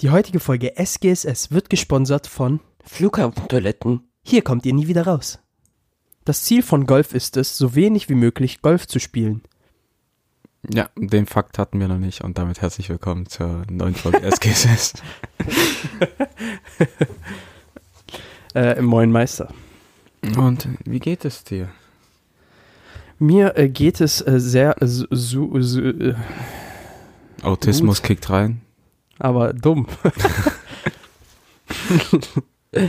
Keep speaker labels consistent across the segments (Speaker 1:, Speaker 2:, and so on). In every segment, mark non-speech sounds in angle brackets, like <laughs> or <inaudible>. Speaker 1: Die heutige Folge SGSS wird gesponsert von
Speaker 2: Flughafentoiletten.
Speaker 1: Hier kommt ihr nie wieder raus. Das Ziel von Golf ist es, so wenig wie möglich Golf zu spielen.
Speaker 3: Ja, den Fakt hatten wir noch nicht und damit herzlich willkommen zur neuen <laughs> Folge SGSS.
Speaker 1: Äh, im Moin Meister.
Speaker 3: Und wie geht es dir?
Speaker 1: Mir äh, geht es äh, sehr äh, su, su, su, äh,
Speaker 3: Autismus kickt rein.
Speaker 1: aber <laughs> dumm. ich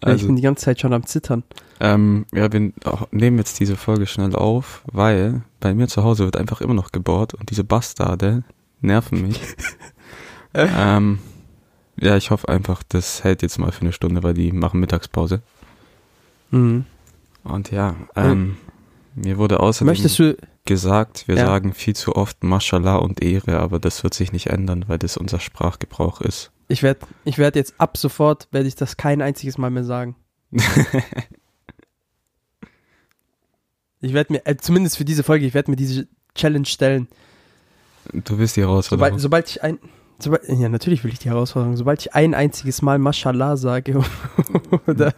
Speaker 3: Also,
Speaker 1: bin die ganze Zeit schon am Zittern.
Speaker 3: ähm, ja, wir nehmen jetzt diese Folge schnell auf, weil bei mir zu Hause wird einfach immer noch gebohrt und diese Bastarde nerven <laughs> mich. ähm, ja, ich hoffe einfach, das hält jetzt mal für eine Stunde, weil die machen Mittagspause.
Speaker 1: Mhm.
Speaker 3: Und ja, ähm, mir wurde außerdem
Speaker 1: Möchtest du,
Speaker 3: gesagt, wir
Speaker 1: Ja.
Speaker 3: sagen viel zu oft Maschallah und Ehre, aber das wird sich nicht ändern, weil das unser Sprachgebrauch ist.
Speaker 1: ich werde ich werd jetzt ab sofort, werde ich das kein einziges Mal mehr sagen. Ich werde mir, äh, zumindest für diese Folge, ich werde mir diese Challenge stellen.
Speaker 3: du bist hier raus, oder?
Speaker 1: Sobald, sobald ich ein. Sobald, ja, natürlich will ich die Herausforderung. Sobald ich ein einziges Mal Mashallah sage <laughs> oder,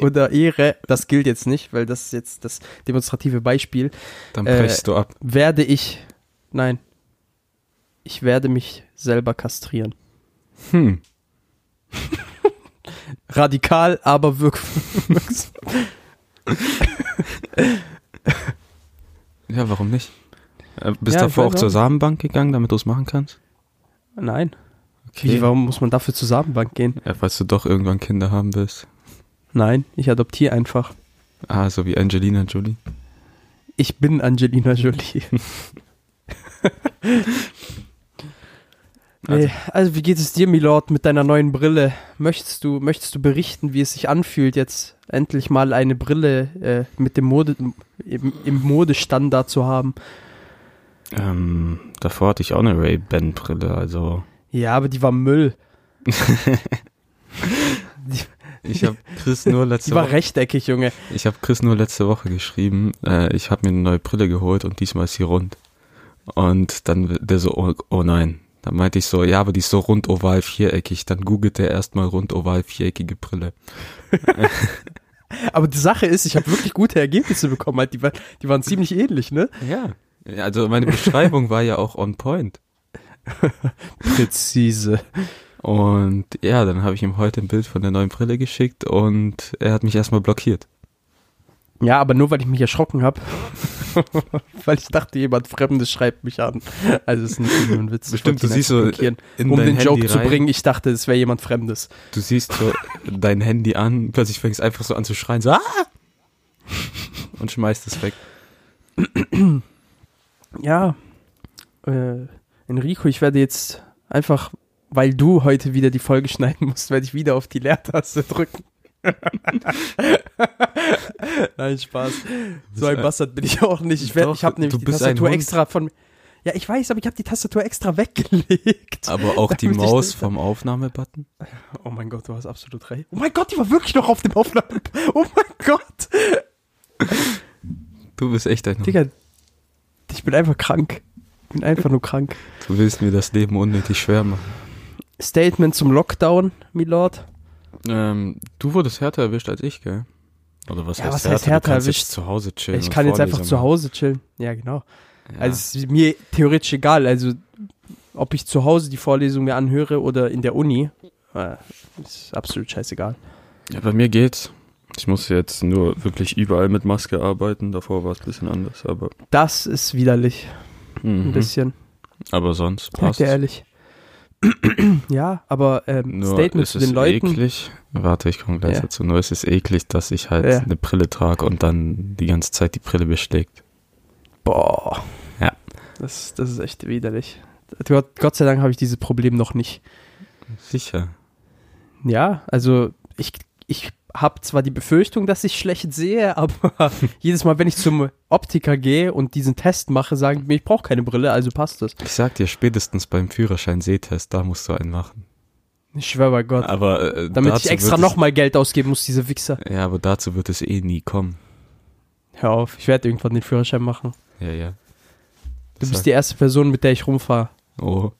Speaker 1: oder Ehre, das gilt jetzt nicht, weil das ist jetzt das demonstrative Beispiel,
Speaker 3: Dann
Speaker 1: äh,
Speaker 3: brechst du ab.
Speaker 1: werde ich. Nein. Ich werde mich selber kastrieren.
Speaker 3: Hm.
Speaker 1: Radikal, aber wirk- <laughs> wirksam.
Speaker 3: Ja, warum nicht? Äh, bist
Speaker 1: Ja, ich
Speaker 3: davor
Speaker 1: weiß
Speaker 3: auch zur
Speaker 1: auch.
Speaker 3: Samenbank gegangen, damit du es machen kannst?
Speaker 1: Nein. Wie, warum muss man dafür zur Samenbank gehen?
Speaker 3: Ja, falls du doch irgendwann Kinder haben willst.
Speaker 1: Nein, ich adoptiere einfach.
Speaker 3: Ah, so wie Angelina Jolie.
Speaker 1: Ich bin Angelina Jolie. nee, also wie geht es dir, Milord, mit deiner neuen Brille? Möchtest du, möchtest du berichten, wie es sich anfühlt, jetzt endlich mal eine Brille äh, mit dem Mode, im, im Modestandard zu haben?
Speaker 3: Ähm, davor hatte ich auch eine Ray-Ban-Brille, also.
Speaker 1: Ja, aber die war Müll. die,
Speaker 3: Ich habe Chris
Speaker 1: <laughs>
Speaker 3: nur
Speaker 1: die
Speaker 3: letzte
Speaker 1: war rechteckig, Junge.
Speaker 3: Ich habe Chris nur letzte Woche geschrieben, äh, ich habe mir eine neue Brille geholt und diesmal ist sie rund. Und dann der so, oh, oh nein. Dann meinte ich so, ja, aber die ist so rund oval viereckig. Dann googelt er erstmal rund oval viereckige Brille.
Speaker 1: Aber die Sache ist, ich habe wirklich gute Ergebnisse bekommen. Halt. Die, war, die waren ziemlich ähnlich, ne?
Speaker 3: Ja. Also meine Beschreibung war ja auch on point.
Speaker 1: Präzise.
Speaker 3: Und ja, dann habe ich ihm heute ein Bild von der neuen Brille geschickt und er hat mich erstmal blockiert.
Speaker 1: Ja, aber nur weil ich mich erschrocken habe. <laughs> weil ich dachte, jemand Fremdes schreibt mich an. Also es ist natürlich nur ein Witz. ich
Speaker 3: Bestimmt,
Speaker 1: wollte
Speaker 3: du
Speaker 1: ihn
Speaker 3: siehst
Speaker 1: einfach
Speaker 3: so
Speaker 1: markieren.
Speaker 3: in
Speaker 1: um
Speaker 3: dein
Speaker 1: den
Speaker 3: Handy
Speaker 1: Joke zu
Speaker 3: rein.
Speaker 1: bringen, ich dachte, es wäre jemand Fremdes.
Speaker 3: Du siehst so dein Handy an, plötzlich fängst einfach so an zu schreien, so, ah! Und schmeißt es weg.
Speaker 1: Ja. Äh, Enrico, ich werde jetzt einfach, weil du heute wieder die Folge schneiden musst, werde ich wieder auf die Leertaste drücken. <laughs> Nein, Spaß. So ein
Speaker 3: ein-
Speaker 1: Bastard bin ich auch nicht. Ich, werd-
Speaker 3: Doch,
Speaker 1: ich habe nämlich
Speaker 3: du
Speaker 1: die
Speaker 3: bist ein
Speaker 1: Tastatur
Speaker 3: Hund.
Speaker 1: extra von mir. Ja, ich weiß, aber ich habe die Tastatur extra weggelegt.
Speaker 3: Aber auch die
Speaker 1: Damit ich
Speaker 3: Maus
Speaker 1: das-
Speaker 3: vom Aufnahmebutton.
Speaker 1: Oh mein Gott, du hast absolut recht. Oh mein Gott, die war wirklich noch auf dem Aufnahme. <laughs> Oh mein Gott.
Speaker 3: Du bist echt ein Hund.
Speaker 1: Digga, ich bin einfach krank. Ich bin einfach nur krank.
Speaker 3: Du willst mir das Leben unnötig schwer machen.
Speaker 1: Statement zum Lockdown, Milord.
Speaker 3: Ähm, du wurdest härter erwischt als ich, gell? Oder was
Speaker 1: Ja,
Speaker 3: heißt
Speaker 1: was
Speaker 3: härter?
Speaker 1: heißt härter
Speaker 3: du kannst
Speaker 1: erwischt?
Speaker 3: jetzt zu Hause chillen.
Speaker 1: Ich
Speaker 3: und
Speaker 1: kann jetzt einfach
Speaker 3: Vorlesungen
Speaker 1: zu Hause chillen. Ja, genau.
Speaker 3: machen. Ja.
Speaker 1: Also es ist mir theoretisch egal. Also ob ich zu Hause die Vorlesung mir anhöre oder in der Uni, äh, ist absolut scheißegal.
Speaker 3: ja, bei mir geht's. Ich muss jetzt nur wirklich überall mit Maske arbeiten. Davor war es ein bisschen anders, aber.
Speaker 1: Das ist widerlich, ein
Speaker 3: Mhm.
Speaker 1: bisschen.
Speaker 3: Aber sonst
Speaker 1: Sag
Speaker 3: passt.
Speaker 1: dir ehrlich. <clears throat> ja, aber ähm,
Speaker 3: Nur
Speaker 1: Statement
Speaker 3: ist
Speaker 1: zu
Speaker 3: es
Speaker 1: den Leuten.
Speaker 3: eklig. Warte, ich komme gleich
Speaker 1: Ja.
Speaker 3: dazu. Nur ist es eklig, dass ich halt
Speaker 1: Ja.
Speaker 3: eine Brille trage und dann die ganze Zeit die Brille beschlägt.
Speaker 1: Boah.
Speaker 3: Ja.
Speaker 1: Das, das ist echt widerlich. Gott, Gott sei Dank habe ich dieses Problem noch nicht.
Speaker 3: Sicher.
Speaker 1: Ja, also ich, ich habe zwar die Befürchtung, dass ich schlecht sehe, <laughs> aber jedes Mal, wenn ich zum Optiker gehe und diesen Test mache, sagen die mir, ich brauche keine Brille, also passt das.
Speaker 3: Ich sag dir, spätestens beim Führerschein-Sehtest, da musst du einen machen.
Speaker 1: Ich schwör bei Gott.
Speaker 3: Aber äh,
Speaker 1: damit
Speaker 3: dazu
Speaker 1: ich extra
Speaker 3: wird es-
Speaker 1: nochmal Geld ausgeben muss, diese Wichser.
Speaker 3: Ja, aber dazu wird es eh nie kommen.
Speaker 1: Hör auf, ich werde irgendwann den Führerschein machen.
Speaker 3: Ja, ja.
Speaker 1: Du
Speaker 3: Sag.
Speaker 1: bist die erste Person, mit der ich rumfahre.
Speaker 3: Oh.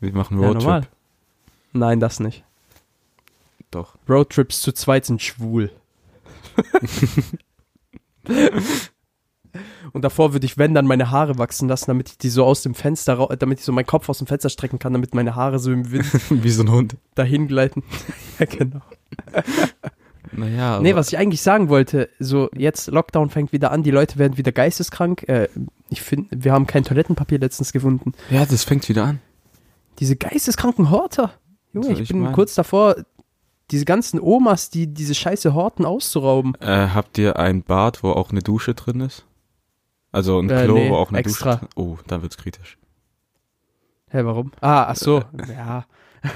Speaker 3: Wir machen
Speaker 1: Ja,
Speaker 3: Roadtrip.
Speaker 1: normal. Nein, das nicht.
Speaker 3: Doch. <laughs>
Speaker 1: Roadtrips zu zweit sind <laughs> schwul. Und davor würde ich, wenn, dann meine Haare wachsen lassen, damit ich die so aus dem Fenster, rau- damit ich so meinen Kopf aus dem Fenster strecken kann, damit meine Haare so im Wind <laughs>
Speaker 3: Wie so ein Hund.
Speaker 1: dahin gleiten. <laughs> ja, genau.
Speaker 3: Naja, aber
Speaker 1: Nee, was ich eigentlich sagen wollte, so jetzt Lockdown fängt wieder an, die Leute werden wieder geisteskrank. Äh, ich finde, wir haben kein Toilettenpapier letztens gefunden.
Speaker 3: Ja, das fängt wieder an.
Speaker 1: Diese geisteskranken Horter. Junge,
Speaker 3: Soll
Speaker 1: ich
Speaker 3: ich
Speaker 1: bin
Speaker 3: meinen?
Speaker 1: kurz davor, diese ganzen Omas, die diese scheiße Horten auszurauben.
Speaker 3: Äh, habt ihr ein Bad, wo auch eine Dusche drin ist? Also ein
Speaker 1: Äh,
Speaker 3: Klo,
Speaker 1: nee,
Speaker 3: wo auch eine
Speaker 1: extra.
Speaker 3: Dusche drin ist? Oh, da wird's kritisch.
Speaker 1: Hä, warum? Ah, ach so. Ja. <laughs>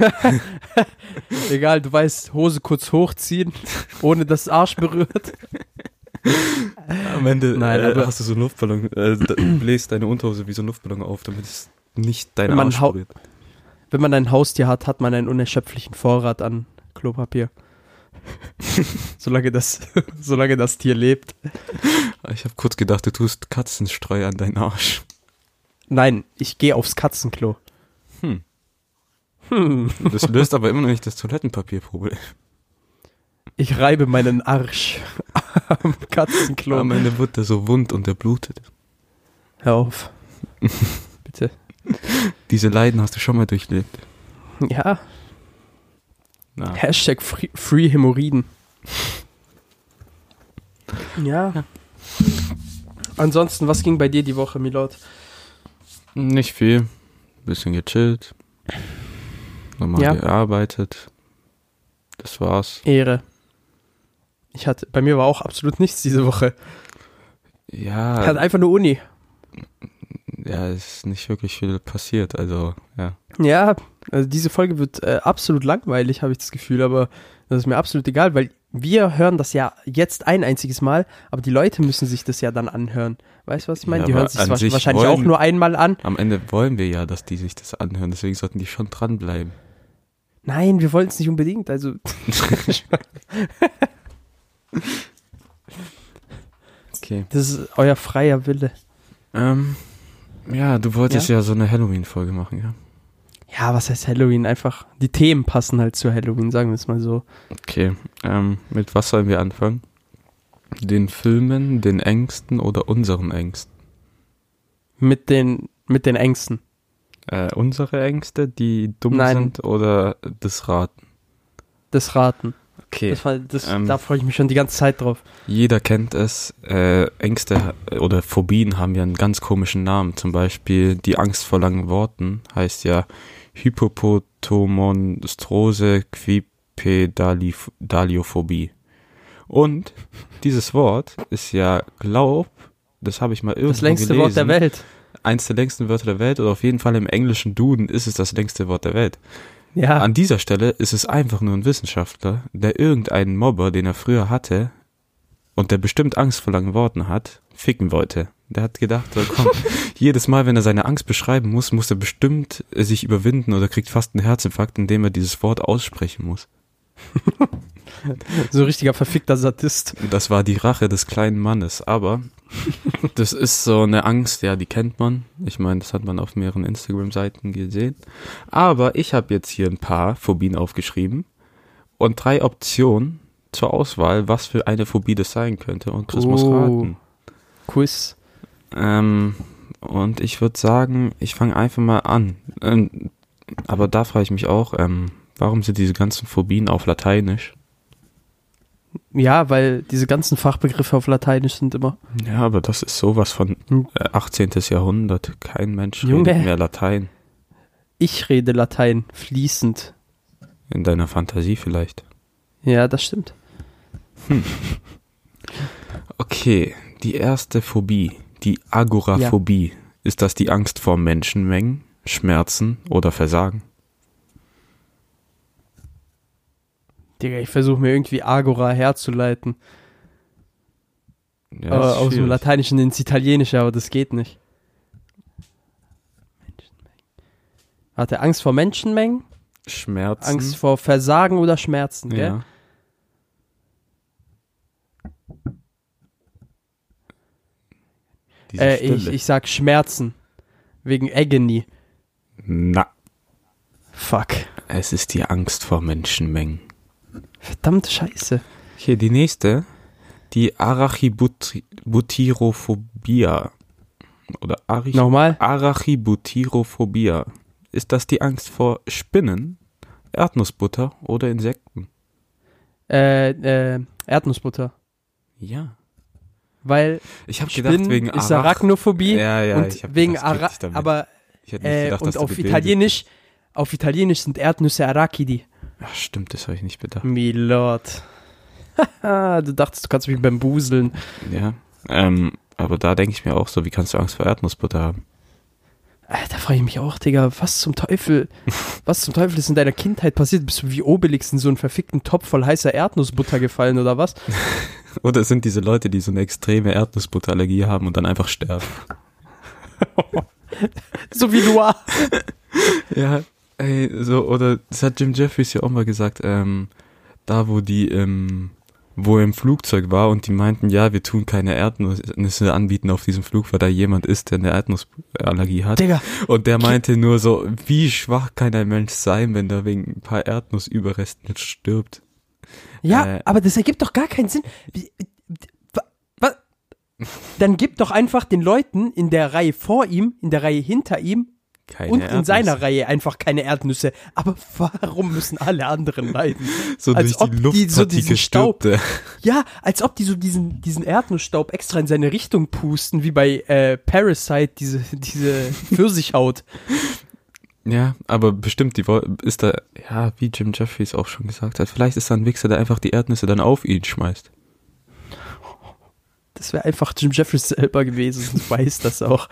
Speaker 1: Egal, du weißt, Hose kurz hochziehen, ohne dass Arsch berührt.
Speaker 3: Am Ende
Speaker 1: Nein,
Speaker 3: äh,
Speaker 1: aber-
Speaker 3: hast du so einen Luftballon, äh, d- bläst deine Unterhose wie so einen Luftballon auf, damit es nicht deine
Speaker 1: Wenn man
Speaker 3: Arsch
Speaker 1: hau-
Speaker 3: berührt.
Speaker 1: Wenn man ein Haustier hat, hat man einen unerschöpflichen Vorrat an Klopapier. <laughs> solange, das, <laughs> solange das Tier lebt.
Speaker 3: Ich habe kurz gedacht, du tust Katzenstreu an deinen Arsch.
Speaker 1: Nein, ich gehe aufs Katzenklo.
Speaker 3: Hm.
Speaker 1: Hm.
Speaker 3: Das löst aber immer noch nicht das <laughs> Toilettenpapierproblem.
Speaker 1: Ich reibe meinen Arsch <laughs> am Katzenklo.
Speaker 3: Am Ende wird der so wund und der blutet.
Speaker 1: Hör <laughs> auf. Bitte.
Speaker 3: Diese Leiden hast du schon mal durchlebt.
Speaker 1: Ja,
Speaker 3: Na,
Speaker 1: Hashtag Free, free Hämorrhoiden. ja. Ansonsten, was ging bei dir die Woche, Milord?
Speaker 3: nicht viel. Bisschen gechillt. Normal
Speaker 1: Ja.
Speaker 3: gearbeitet. Das war's.
Speaker 1: Ehre. Ich hatte, bei mir war auch absolut nichts diese Woche.
Speaker 3: Ja.
Speaker 1: Ich hatte einfach nur Uni.
Speaker 3: Ja, es ist nicht wirklich viel passiert, also ja.
Speaker 1: Ja, also diese Folge wird äh, absolut langweilig, habe ich das Gefühl, aber das ist mir absolut egal, weil wir hören das ja jetzt ein einziges Mal, aber die Leute müssen sich das ja dann anhören. Weißt du, was ich meine?
Speaker 3: Ja,
Speaker 1: die
Speaker 3: aber
Speaker 1: hören sich
Speaker 3: an
Speaker 1: wa-
Speaker 3: sich
Speaker 1: wahrscheinlich
Speaker 3: wollen-
Speaker 1: auch nur einmal an.
Speaker 3: Am Ende wollen wir ja, dass die sich das anhören, deswegen sollten die schon dranbleiben. <laughs>
Speaker 1: Nein, wir wollen es nicht unbedingt, also
Speaker 3: Okay.
Speaker 1: das ist euer freier Wille.
Speaker 3: Ähm, ja, du wolltest ja, so eine Halloween-Folge machen, ja?
Speaker 1: Ja, was heißt Halloween? Einfach, die Themen passen halt zu Halloween, sagen wir es mal so.
Speaker 3: Okay. Ähm, mit was sollen wir anfangen? Den Filmen, den Ängsten oder unseren Ängsten?
Speaker 1: Mit den, mit den Ängsten.
Speaker 3: Äh, unsere Ängste, die dumm
Speaker 1: Nein.
Speaker 3: sind oder das Raten?
Speaker 1: Das Raten.
Speaker 3: Okay.
Speaker 1: Das war, das,
Speaker 3: Ähm.
Speaker 1: da freue ich mich schon die ganze Zeit drauf.
Speaker 3: Jeder kennt es. Äh, Ängste ha- oder Phobien haben ja einen ganz komischen Namen. Zum Beispiel die Angst vor langen Worten heißt ja Hypopotomonstrose Quipedaliophobie. Und dieses Wort ist ja, glaub, das habe ich mal irgendwo
Speaker 1: Das längste
Speaker 3: gelesen,
Speaker 1: Wort der Welt.
Speaker 3: Eins der längsten Wörter der Welt oder auf jeden Fall im englischen Duden ist es das längste Wort der Welt.
Speaker 1: Ja.
Speaker 3: An dieser Stelle ist es einfach nur ein Wissenschaftler, der irgendeinen Mobber, den er früher hatte und der bestimmt Angst vor langen Worten hat, ficken wollte. Der hat gedacht, so, komm, jedes Mal, wenn er seine Angst beschreiben muss, muss er bestimmt äh, sich überwinden oder kriegt fast einen Herzinfarkt, indem er dieses Wort aussprechen muss.
Speaker 1: So ein richtiger verfickter Sadist.
Speaker 3: Das war die Rache des kleinen Mannes, aber das ist so eine Angst, ja, die kennt man. Ich meine, das hat man auf mehreren Instagram-Seiten gesehen. Aber ich habe jetzt hier ein paar Phobien aufgeschrieben und drei Optionen zur Auswahl, was für eine Phobie das sein könnte. Und Chris muss
Speaker 1: Oh.
Speaker 3: raten.
Speaker 1: Quiz.
Speaker 3: Ähm, und ich würde sagen, ich fange einfach mal an. Ähm, aber da frage ich mich auch, ähm, warum sind diese ganzen Phobien auf Lateinisch?
Speaker 1: Ja, weil diese ganzen Fachbegriffe auf Lateinisch sind immer.
Speaker 3: Ja, aber das ist sowas von
Speaker 1: Hm.
Speaker 3: äh, 18. Jahrhundert. Kein Mensch
Speaker 1: Junge.
Speaker 3: redet mehr Latein.
Speaker 1: Ich rede Latein fließend.
Speaker 3: In deiner Fantasie vielleicht.
Speaker 1: Ja, das stimmt.
Speaker 3: Okay, die erste Phobie, die Agoraphobie. Ist das die Angst vor Menschenmengen, Schmerzen oder Versagen?
Speaker 1: Digga, ich versuche mir irgendwie Agora herzuleiten.
Speaker 3: Ja,
Speaker 1: aber
Speaker 3: das
Speaker 1: Äh,
Speaker 3: ist
Speaker 1: aus dem
Speaker 3: schwierig.
Speaker 1: Lateinischen ins Italienische, aber das geht nicht. Menschenmengen. Warte, Angst vor Menschenmengen,
Speaker 3: Schmerzen.
Speaker 1: Angst vor Versagen oder Schmerzen, gell?
Speaker 3: Hm. ja. Diese
Speaker 1: äh, ich,
Speaker 3: Stille.
Speaker 1: ich sag Schmerzen. Wegen Agony.
Speaker 3: Na,
Speaker 1: Fuck.
Speaker 3: Es ist die Angst vor Menschenmengen.
Speaker 1: Verdammte Scheiße.
Speaker 3: Okay, die nächste. Die Arachibutyrophobia. Oder Arich
Speaker 1: Nochmal.
Speaker 3: Arachibutyrophobia. Ist das die Angst vor Spinnen, Erdnussbutter oder Insekten?
Speaker 1: Äh, äh, Erdnussbutter.
Speaker 3: Ja.
Speaker 1: Weil
Speaker 3: Ich habe gedacht,
Speaker 1: Spinnen
Speaker 3: wegen
Speaker 1: ist
Speaker 3: Arach-
Speaker 1: Arachnophobie
Speaker 3: Ja, ja,
Speaker 1: und
Speaker 3: ich hab
Speaker 1: wegen
Speaker 3: gedacht,
Speaker 1: Ara
Speaker 3: das krieg ich damit.
Speaker 1: aber
Speaker 3: Ich hätte nicht
Speaker 1: äh,
Speaker 3: gedacht, dass
Speaker 1: und
Speaker 3: du
Speaker 1: auf
Speaker 3: gebildet
Speaker 1: Italienisch auf Italienisch sind Erdnüsse Arachidi.
Speaker 3: bist. Ach, stimmt, das habe ich nicht bedacht.
Speaker 1: Milord. Haha, <laughs> du dachtest, du kannst mich beim Buseln.
Speaker 3: Ja. Ähm, aber da denke ich mir auch so, wie kannst du Angst vor Erdnussbutter haben? <laughs>
Speaker 1: Äh, Da frage ich mich auch, Digga, was zum
Speaker 3: <laughs>
Speaker 1: Teufel, was zum Teufel ist in deiner Kindheit passiert? Bist du wie Obelix in so einen verfickten Topf voll heißer Erdnussbutter gefallen oder
Speaker 3: <laughs>
Speaker 1: was?
Speaker 3: Oder es sind diese Leute, die so eine extreme Erdnussbutterallergie haben und dann einfach sterben?
Speaker 1: So wie Noir.
Speaker 3: Ja, ey, so, oder das hat Jim Jeffries ja auch mal gesagt, ähm, da wo die, ähm, wo er im Flugzeug war und die meinten, ja, wir tun keine Erdnüsse anbieten auf diesem Flug, weil da jemand ist, der eine Erdnussallergie hat.
Speaker 1: Digga,
Speaker 3: Und der meinte nur so, wie schwach kann ein Mensch sein, wenn er wegen ein paar Erdnussüberresten jetzt stirbt.
Speaker 1: ja,
Speaker 3: Äh.
Speaker 1: aber das ergibt doch gar keinen Sinn. Wie- wa- wa- Dann gib doch einfach den Leuten in der Reihe vor ihm, in der Reihe hinter ihm
Speaker 3: Keine
Speaker 1: und in
Speaker 3: Erdnuss.
Speaker 1: seiner Reihe einfach keine Erdnüsse. Aber warum müssen alle anderen leiden?
Speaker 3: so
Speaker 1: als
Speaker 3: durch
Speaker 1: ob
Speaker 3: die
Speaker 1: die
Speaker 3: Luftpartikel
Speaker 1: so diesen Staub-
Speaker 3: stirbt er.
Speaker 1: Ja, als ob die so diesen, diesen Erdnussstaub extra in seine Richtung pusten, wie bei äh, Parasite, diese,
Speaker 3: <laughs>
Speaker 1: diese Pfirsichhaut.
Speaker 3: Ja, aber bestimmt, die Wol- ist da, ja, wie Jim Jeffries auch schon gesagt hat, vielleicht ist da ein Wichser, der einfach die Erdnüsse dann auf ihn schmeißt.
Speaker 1: Das wäre einfach Jim Jeffries selber gewesen und weiß das auch.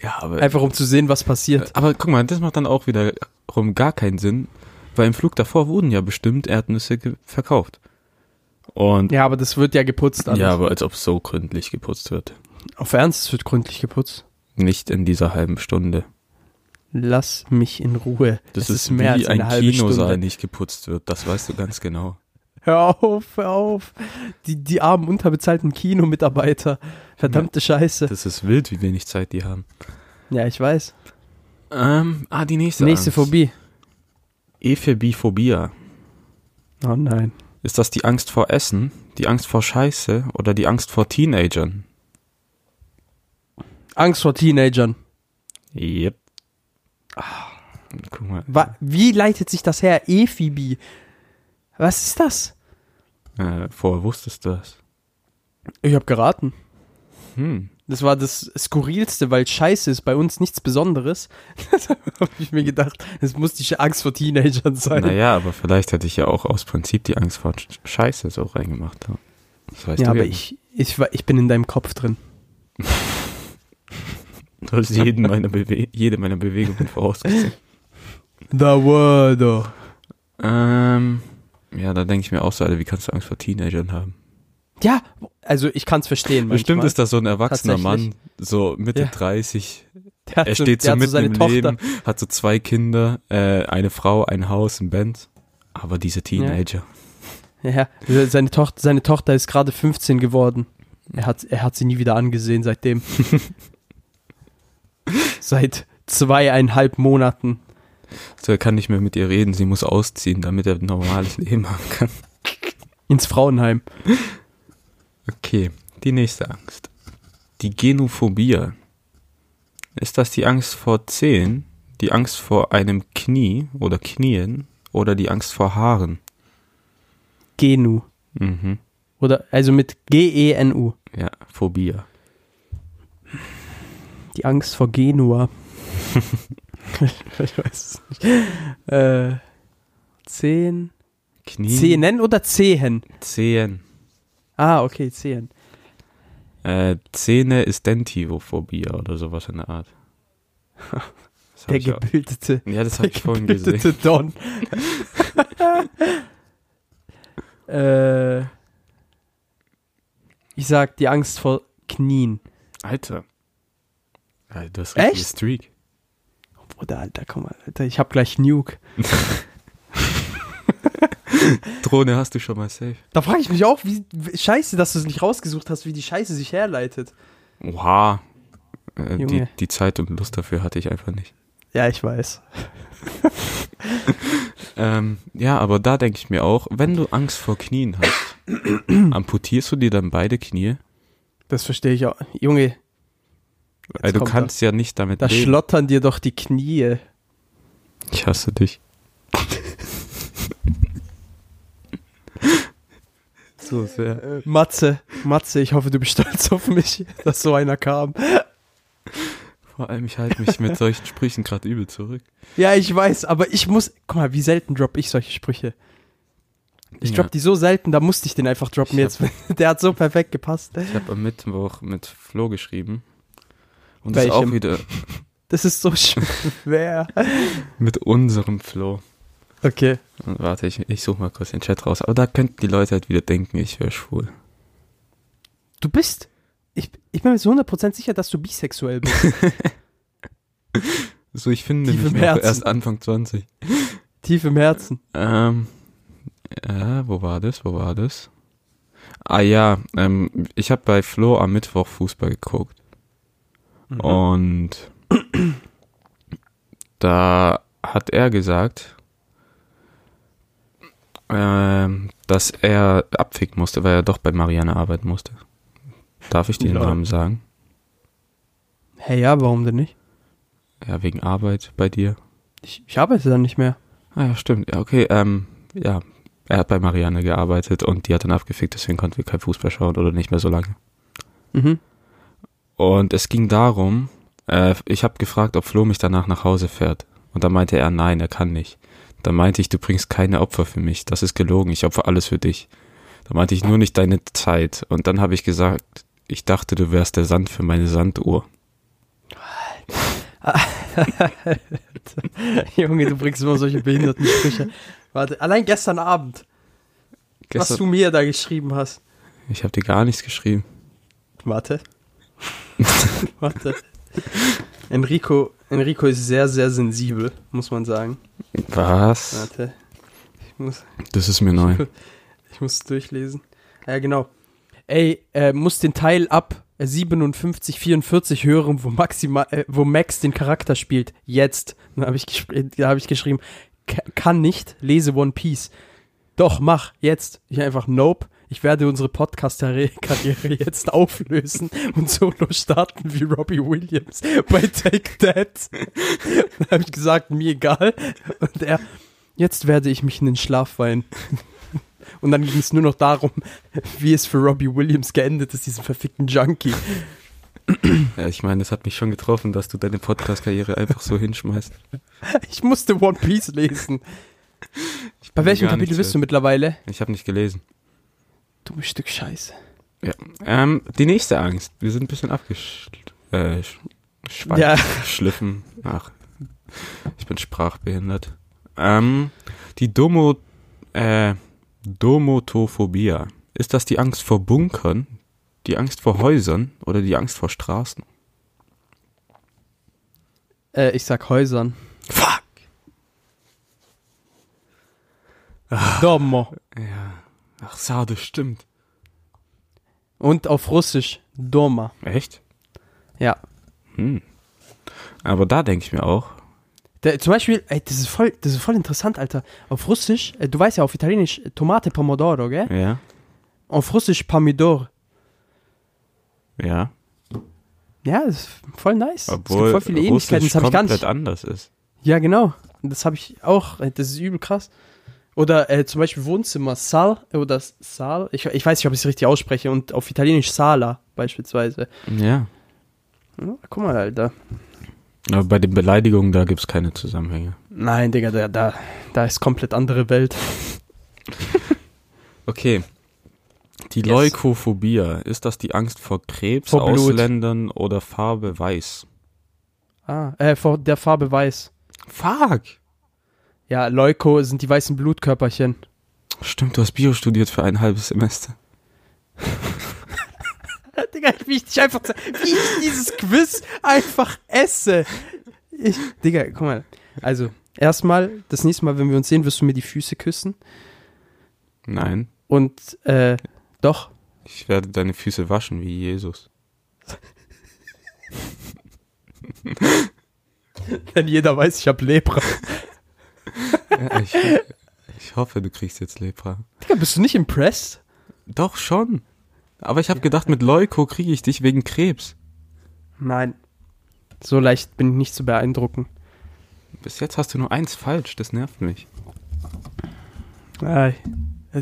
Speaker 3: Ja, aber
Speaker 1: Einfach um zu sehen, was passiert.
Speaker 3: Aber guck mal, das macht dann auch wiederum gar keinen Sinn, weil im Flug davor wurden ja bestimmt Erdnüsse ge- verkauft. Und
Speaker 1: Ja, aber das wird ja geputzt. alles.
Speaker 3: ja, aber als ob so gründlich geputzt wird.
Speaker 1: Auf Ernst, es wird gründlich geputzt.
Speaker 3: Nicht in dieser halben Stunde.
Speaker 1: Lass mich in Ruhe.
Speaker 3: Das
Speaker 1: es
Speaker 3: ist,
Speaker 1: ist mehr
Speaker 3: wie
Speaker 1: als eine
Speaker 3: ein
Speaker 1: halbe
Speaker 3: Kinosaal
Speaker 1: Stunde.
Speaker 3: nicht geputzt wird, das weißt du ganz genau.
Speaker 1: Hör auf, hör auf. Die, die armen, unterbezahlten Kinomitarbeiter. Verdammte Scheiße.
Speaker 3: Das ist wild, wie wenig Zeit die haben.
Speaker 1: Ja, ich weiß.
Speaker 3: Ähm, ah, die nächste.
Speaker 1: Nächste
Speaker 3: Angst.
Speaker 1: Phobie.
Speaker 3: Ephebiphobia.
Speaker 1: Oh nein.
Speaker 3: Ist das die Angst vor Essen, die Angst vor Scheiße oder die Angst vor Teenagern?
Speaker 1: Angst vor Teenagern.
Speaker 3: Yep. Ah, guck mal.
Speaker 1: Wa wie leitet sich das her? Ephibi. Was ist das?
Speaker 3: Äh, vorher wusstest du das.
Speaker 1: Ich habe geraten.
Speaker 3: Hm.
Speaker 1: Das war das Skurrilste, weil Scheiße ist bei uns nichts Besonderes. <laughs> da habe ich mir gedacht, es muss die Angst vor Teenagern sein.
Speaker 3: Naja, aber vielleicht hätte ich ja auch aus Prinzip die Angst vor Sch- Scheiße so reingemacht. ja. Das weißt
Speaker 1: ja,
Speaker 3: du
Speaker 1: aber
Speaker 3: nicht.
Speaker 1: ich, ich, war- ich bin in deinem Kopf drin.
Speaker 3: Du hast jeden meiner Bewe jede meiner Bewegungen vorausgesehen.
Speaker 1: The Wordo.
Speaker 3: ähm, ja, da denke ich mir auch so, Alter, wie kannst du Angst vor Teenagern haben?
Speaker 1: Ja, also ich kann es verstehen.
Speaker 3: Bestimmt
Speaker 1: manchmal.
Speaker 3: ist das so ein erwachsener Mann,
Speaker 1: Tatsächlich.
Speaker 3: so Mitte
Speaker 1: Ja. <laughs>
Speaker 3: 30.
Speaker 1: Der hat
Speaker 3: Er
Speaker 1: so-
Speaker 3: steht
Speaker 1: der
Speaker 3: so
Speaker 1: hat
Speaker 3: mitten
Speaker 1: seine
Speaker 3: im Leben, hat so zwei Kinder, äh, eine Frau, ein Haus, ein Band. Aber diese Teenager.
Speaker 1: Ja, ja. seine, Tochter, seine Tochter ist gerade 15 geworden. Er hat, er hat sie nie wieder angesehen
Speaker 3: <laughs>
Speaker 1: seitdem. Seit zweieinhalb Monaten.
Speaker 3: So, er kann nicht mehr mit ihr reden, sie muss ausziehen, damit er
Speaker 1: <laughs>
Speaker 3: ein normales Leben haben kann.
Speaker 1: Ins Frauenheim.
Speaker 3: Okay, die nächste Angst. Die Genophobie. Ist das die Angst vor Zehen, die Angst vor einem Knie oder Knien oder die Angst vor Haaren?
Speaker 1: Genu.
Speaker 3: Mhm.
Speaker 1: Oder, also mit G-E-N-U.
Speaker 3: Ja, Phobie.
Speaker 1: Die Angst vor Genua. <laughs> ich weiß es nicht. Äh, Zehen.
Speaker 3: Knie.
Speaker 1: Zehnen oder Zehen?
Speaker 3: Zehen.
Speaker 1: Ah, okay, Zehen.
Speaker 3: Äh, Zähne ist Dentivophobie oder sowas in der Art. Das hab
Speaker 1: Der
Speaker 3: ich auch- <laughs>
Speaker 1: gebildete, <laughs>
Speaker 3: ja, das habe
Speaker 1: der
Speaker 3: ich vorhin gesehen.
Speaker 1: gebildete
Speaker 3: <laughs>
Speaker 1: Don. äh, ich sag die Angst vor Knien.
Speaker 3: Alter. Alter, du hast
Speaker 1: Echt?
Speaker 3: richtige Streak.
Speaker 1: Bruder, Alter, komm mal, Alter, ich hab gleich Nuke.
Speaker 3: Drohne hast du schon mal safe.
Speaker 1: Da frage ich mich auch, wie wie- scheiße, dass du es nicht rausgesucht hast, wie die Scheiße sich herleitet.
Speaker 3: Oha. Äh, die,
Speaker 1: Junge.
Speaker 3: die Zeit und Lust dafür hatte ich einfach nicht.
Speaker 1: Ja, ich weiß.
Speaker 3: ähm, ja, aber da denke ich mir auch, wenn du Angst vor Knien hast, amputierst du dir dann beide Knie?
Speaker 1: Das verstehe ich auch. Junge,
Speaker 3: Weil Also du
Speaker 1: kommt
Speaker 3: kannst ja nicht damit
Speaker 1: da
Speaker 3: leben.
Speaker 1: schlottern dir doch die Knie.
Speaker 3: Ich hasse dich. so sehr.
Speaker 1: Matze, Matze, ich hoffe, du bist <laughs> stolz auf mich, dass so einer kam.
Speaker 3: Vor allem, ich halte mich mit solchen Sprüchen gerade übel zurück.
Speaker 1: Ja, ich weiß, aber ich muss. Guck mal, wie selten droppe ich solche Sprüche. Ich droppe die so selten, da musste ich den einfach droppen
Speaker 3: Ich
Speaker 1: jetzt. <laughs> Der hat so perfekt gepasst.
Speaker 3: Ich habe am Mittwoch mit Flo geschrieben. Und das
Speaker 1: Welchem?
Speaker 3: auch wieder
Speaker 1: Das ist so schwer.
Speaker 3: mit unserem Flo.
Speaker 1: Okay.
Speaker 3: Und Warte, ich, ich suche mal kurz den Chat raus. Aber da könnten die Leute halt wieder denken, ich wäre schwul.
Speaker 1: Du bist. Ich, ich bin mir zu 100% sicher, dass du bisexuell bist.
Speaker 3: So, ich finde
Speaker 1: Tief
Speaker 3: mich
Speaker 1: im
Speaker 3: noch
Speaker 1: Herzen.
Speaker 3: erst Anfang 20.
Speaker 1: Tief im Herzen.
Speaker 3: Ähm, äh, wo war das? Wo war das? Ah ja, ähm, ich habe bei Flo am Mittwoch Fußball geguckt. Mhm. Oh. Und <clears throat> da hat er gesagt, ähm, dass er abficken musste, weil er doch bei Marianne arbeiten musste. Darf ich den
Speaker 1: Lol.
Speaker 3: Namen sagen?
Speaker 1: Hey, ja, warum denn nicht?
Speaker 3: Ja, wegen Arbeit bei dir.
Speaker 1: Ich, ich arbeite dann nicht mehr.
Speaker 3: Ah ja, stimmt. Ja, okay, ähm, ja. Er hat bei Marianne gearbeitet und die hat dann abgefickt, deswegen konnten wir kein Fußball schauen oder nicht mehr so lange.
Speaker 1: Mhm.
Speaker 3: Und es ging darum, äh, ich habe gefragt, ob Flo mich danach nach Hause fährt. Und dann meinte er, nein, er kann nicht. Dann meinte ich, du bringst keine Opfer für mich. Das ist gelogen. Ich opfer alles für dich. Dann meinte ich nur nicht deine Zeit. Und dann habe ich gesagt, ich dachte, du wärst der Sand für meine Sanduhr.
Speaker 1: Junge, du bringst immer solche behinderten Sprüche. Warte, allein gestern Abend, was du
Speaker 3: Gestern,
Speaker 1: mir da geschrieben hast.
Speaker 3: ich habe dir gar nichts geschrieben.
Speaker 1: Warte. Warte. Enrico, Enrico ist sehr, sehr sensibel, muss man sagen.
Speaker 3: Was?
Speaker 1: Warte. Ich muss,
Speaker 3: Das ist mir neu.
Speaker 1: ich muss durchlesen. Ja, genau. Ey, äh, muss den Teil ab 57, 44 hören, wo, Maxima, äh, wo Max den Charakter spielt. Jetzt. Da habe ich, gesch- äh, da hab ich geschrieben, "Ka- kann nicht, lese One Piece. Doch, mach, jetzt. Ich einfach, nope. Ich werde unsere Podcast-Karriere <laughs> jetzt auflösen und solo starten wie Robbie Williams bei Take That. <laughs> Da habe ich gesagt, mir egal. Und er, jetzt werde ich mich in den Schlaf weinen. Und dann ging es nur noch darum, <laughs> wie es für Robbie Williams geendet ist, diesen verfickten Junkie. <laughs>
Speaker 3: Ja, ich meine, das hat mich schon getroffen, dass du deine Podcast-Karriere einfach so hinschmeißt.
Speaker 1: Ich musste One Piece lesen.
Speaker 3: Ich
Speaker 1: <laughs> Bei
Speaker 3: bin
Speaker 1: welchem
Speaker 3: gar
Speaker 1: Kapitel
Speaker 3: nichts
Speaker 1: bist du mittlerweile?
Speaker 3: wert. Ich habe nicht gelesen.
Speaker 1: Dummes Stück Scheiße.
Speaker 3: Ähm, die nächste Angst. Wir sind ein bisschen abgeschliffen. Äh, sch- schweif-
Speaker 1: Ja.
Speaker 3: schliffen. Ach, ich bin sprachbehindert. Ähm, die Domo, äh, Domotophobia. Ist das die Angst vor Bunkern, die Angst vor Häusern oder die Angst vor Straßen?
Speaker 1: Äh, ich sag Häusern.
Speaker 3: Fuck.
Speaker 1: Domo.
Speaker 3: Ja. Ach, Sade, stimmt.
Speaker 1: Und auf Russisch Doma.
Speaker 3: Echt?
Speaker 1: Ja.
Speaker 3: Hm. Aber da denke ich mir auch.
Speaker 1: Der, zum Beispiel, ey, das ist voll, das ist voll interessant, Alter. Auf Russisch, äh, du weißt ja auf Italienisch äh, Tomate Pomodoro, gell?
Speaker 3: Ja.
Speaker 1: Auf Russisch Pomidor.
Speaker 3: Ja.
Speaker 1: Ja, das ist voll nice.
Speaker 3: Obwohl
Speaker 1: es gibt voll viele Ähnlichkeiten,
Speaker 3: Russisch
Speaker 1: das habe ich gar nicht.
Speaker 3: komplett anders ist.
Speaker 1: Ja, genau. Das habe ich auch. Äh, Das ist übel krass. Oder äh, zum Beispiel Wohnzimmer, Sal oder Sal. Ich, ich weiß nicht, ob ich es richtig ausspreche. Und auf Italienisch Sala beispielsweise.
Speaker 3: Ja.
Speaker 1: Ja, guck mal, Alter.
Speaker 3: Aber bei den Beleidigungen, da gibt's keine Zusammenhänge.
Speaker 1: Nein, Digga, da, da, da ist komplett andere Welt.
Speaker 3: Okay. Die
Speaker 1: Yes.
Speaker 3: Leukophobia, ist das die Angst vor Krebs,
Speaker 1: Vor Blut.
Speaker 3: Ausländern oder Farbe weiß?
Speaker 1: Ah, äh, vor der Farbe weiß.
Speaker 3: Fuck!
Speaker 1: Ja, Leuko sind die weißen Blutkörperchen. <laughs>
Speaker 3: Stimmt, du hast Bio studiert für ein halbes Semester.
Speaker 1: Digga, wie ich dich einfach, zer- wie ich dieses Quiz einfach esse. Ich, Digga, guck mal. Also, erstmal, das nächste Mal, wenn wir uns sehen, wirst du mir die Füße küssen.
Speaker 3: Nein,
Speaker 1: Und, äh, doch.
Speaker 3: ich werde deine Füße waschen wie Jesus.
Speaker 1: <laughs> Denn jeder weiß, ich habe Lepra.
Speaker 3: Ja, ich, ich hoffe, du kriegst jetzt Lepra.
Speaker 1: Digga, bist du nicht impressed?
Speaker 3: Doch schon. Aber ich habe gedacht, mit Leuko kriege ich dich wegen Krebs.
Speaker 1: Nein. So leicht bin ich nicht zu beeindrucken.
Speaker 3: Bis jetzt hast du nur eins falsch, das nervt mich.
Speaker 1: Ei.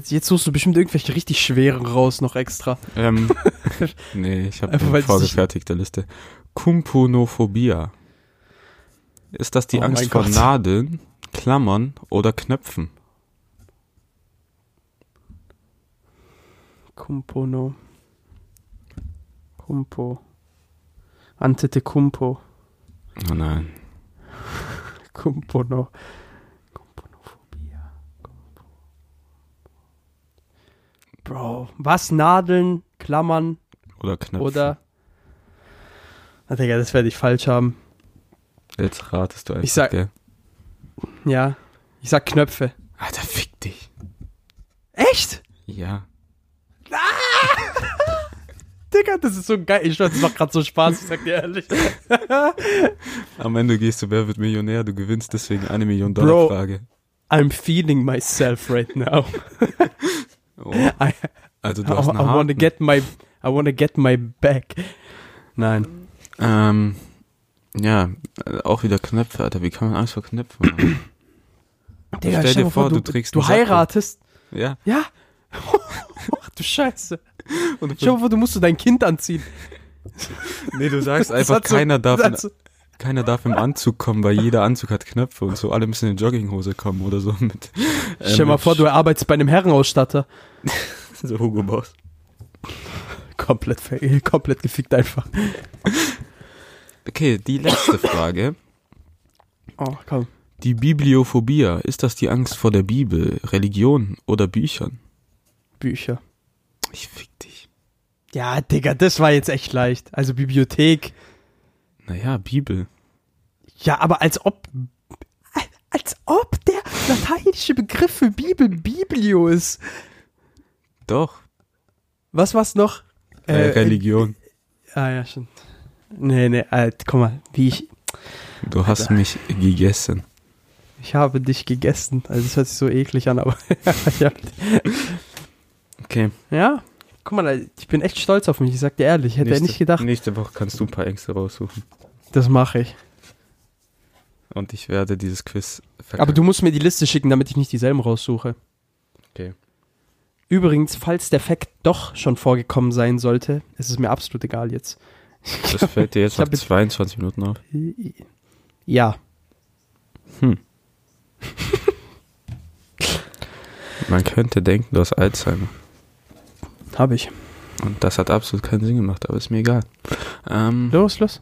Speaker 1: Jetzt suchst du bestimmt irgendwelche richtig schweren raus noch extra. <laughs>
Speaker 3: Ähm, nee, ich habe
Speaker 1: Einfach,
Speaker 3: eine
Speaker 1: weil sie sich-
Speaker 3: vorgefertigte Liste. Kumponophobia. Ist das die
Speaker 1: Oh
Speaker 3: Angst
Speaker 1: mein
Speaker 3: vor
Speaker 1: Gott.
Speaker 3: Nadeln, Klammern oder Knöpfen?
Speaker 1: Kumpono. Kumpo. Antete Kumpo.
Speaker 3: Oh nein.
Speaker 1: Kumpono. Kumponophobia. Kumpo. Bro, was? Nadeln, Klammern
Speaker 3: Oder Knöpfen.
Speaker 1: oder. Na, Digga, das werde ich falsch haben.
Speaker 3: Jetzt ratest du einfach,
Speaker 1: Ich sag-
Speaker 3: gell?
Speaker 1: Ja. Ich sag Knöpfe.
Speaker 3: Alter, fick dich.
Speaker 1: Echt?
Speaker 3: Ja.
Speaker 1: Digga, das ist so geil. Ich schwör, das macht gerade so Spaß, ich sag dir ehrlich.
Speaker 3: Am Ende gehst du Wer wird Millionär, du gewinnst deswegen eine Million Dollar Frage.
Speaker 1: I'm feeling myself right now.
Speaker 3: Oh.
Speaker 1: I,
Speaker 3: Also
Speaker 1: <laughs>
Speaker 3: du
Speaker 1: I,
Speaker 3: hast einen
Speaker 1: I wanna
Speaker 3: Haken.
Speaker 1: get my I wanna get my back. Nein.
Speaker 3: Ähm, ja, äh, auch wieder Knöpfe, Alter. Wie kann man Angst vor Knöpfen haben? Stell dir vor, du trägst
Speaker 1: du
Speaker 3: einen Sakko.
Speaker 1: heiratest.
Speaker 3: ja.
Speaker 1: Ja. <laughs> Ach du Scheiße. Schau mal, du musst du dein Kind anziehen.
Speaker 3: Nee, du
Speaker 1: <laughs>
Speaker 3: sagst
Speaker 1: Das
Speaker 3: einfach,
Speaker 1: hat so-
Speaker 3: keiner, darf
Speaker 1: das
Speaker 3: in,
Speaker 1: hat so-
Speaker 3: keiner darf im Anzug kommen, weil jeder Anzug hat Knöpfe und so. Alle müssen in Jogginghose kommen oder so mit. äh,
Speaker 1: Stell dir mal
Speaker 3: mit
Speaker 1: vor, du arbeitest bei einem Herrenausstatter.
Speaker 3: so Hugo Boss.
Speaker 1: Komplett, ver- <laughs> komplett gefickt einfach.
Speaker 3: Okay, die letzte Frage.
Speaker 1: Oh, komm.
Speaker 3: Die Bibliophobia, ist das die Angst vor der Bibel, Religion oder Büchern?
Speaker 1: Bücher.
Speaker 3: Ich fick dich.
Speaker 1: Ja, Digga, das war jetzt echt leicht. Also Bibliothek.
Speaker 3: Naja, Bibel.
Speaker 1: Ja, aber als ob. Als ob der lateinische Begriff für Bibel Biblio ist.
Speaker 3: Doch.
Speaker 1: Was war's noch?
Speaker 3: Äh, Religion.
Speaker 1: Ah ja, schon. Nee, nee, halt, guck mal, wie ich.
Speaker 3: Du hast mich gegessen.
Speaker 1: Ich habe dich gegessen. Also das hört sich so eklig an, aber <laughs> ich hab,
Speaker 3: Okay.
Speaker 1: ja. Guck mal, ich bin echt stolz auf mich, ich sag dir ehrlich. Ich hätte
Speaker 3: nächste, Hm.
Speaker 1: nicht gedacht,
Speaker 3: Nächste Woche kannst du ein paar Ängste raussuchen.
Speaker 1: das mache ich.
Speaker 3: Und ich werde dieses Quiz verkacken.
Speaker 1: Aber du musst mir die Liste schicken, damit ich nicht dieselben raussuche.
Speaker 3: Okay.
Speaker 1: Übrigens, falls der Fact doch schon vorgekommen sein sollte, ist es mir absolut egal jetzt.
Speaker 3: Das fällt dir jetzt
Speaker 1: Ich
Speaker 3: nach
Speaker 1: hab jetzt-
Speaker 3: 22 Minuten auf.
Speaker 1: Ja.
Speaker 3: Man könnte denken, du hast Alzheimer.
Speaker 1: Habe ich.
Speaker 3: Und das hat absolut keinen Sinn gemacht, aber ist mir egal. Ähm,
Speaker 1: Los, los.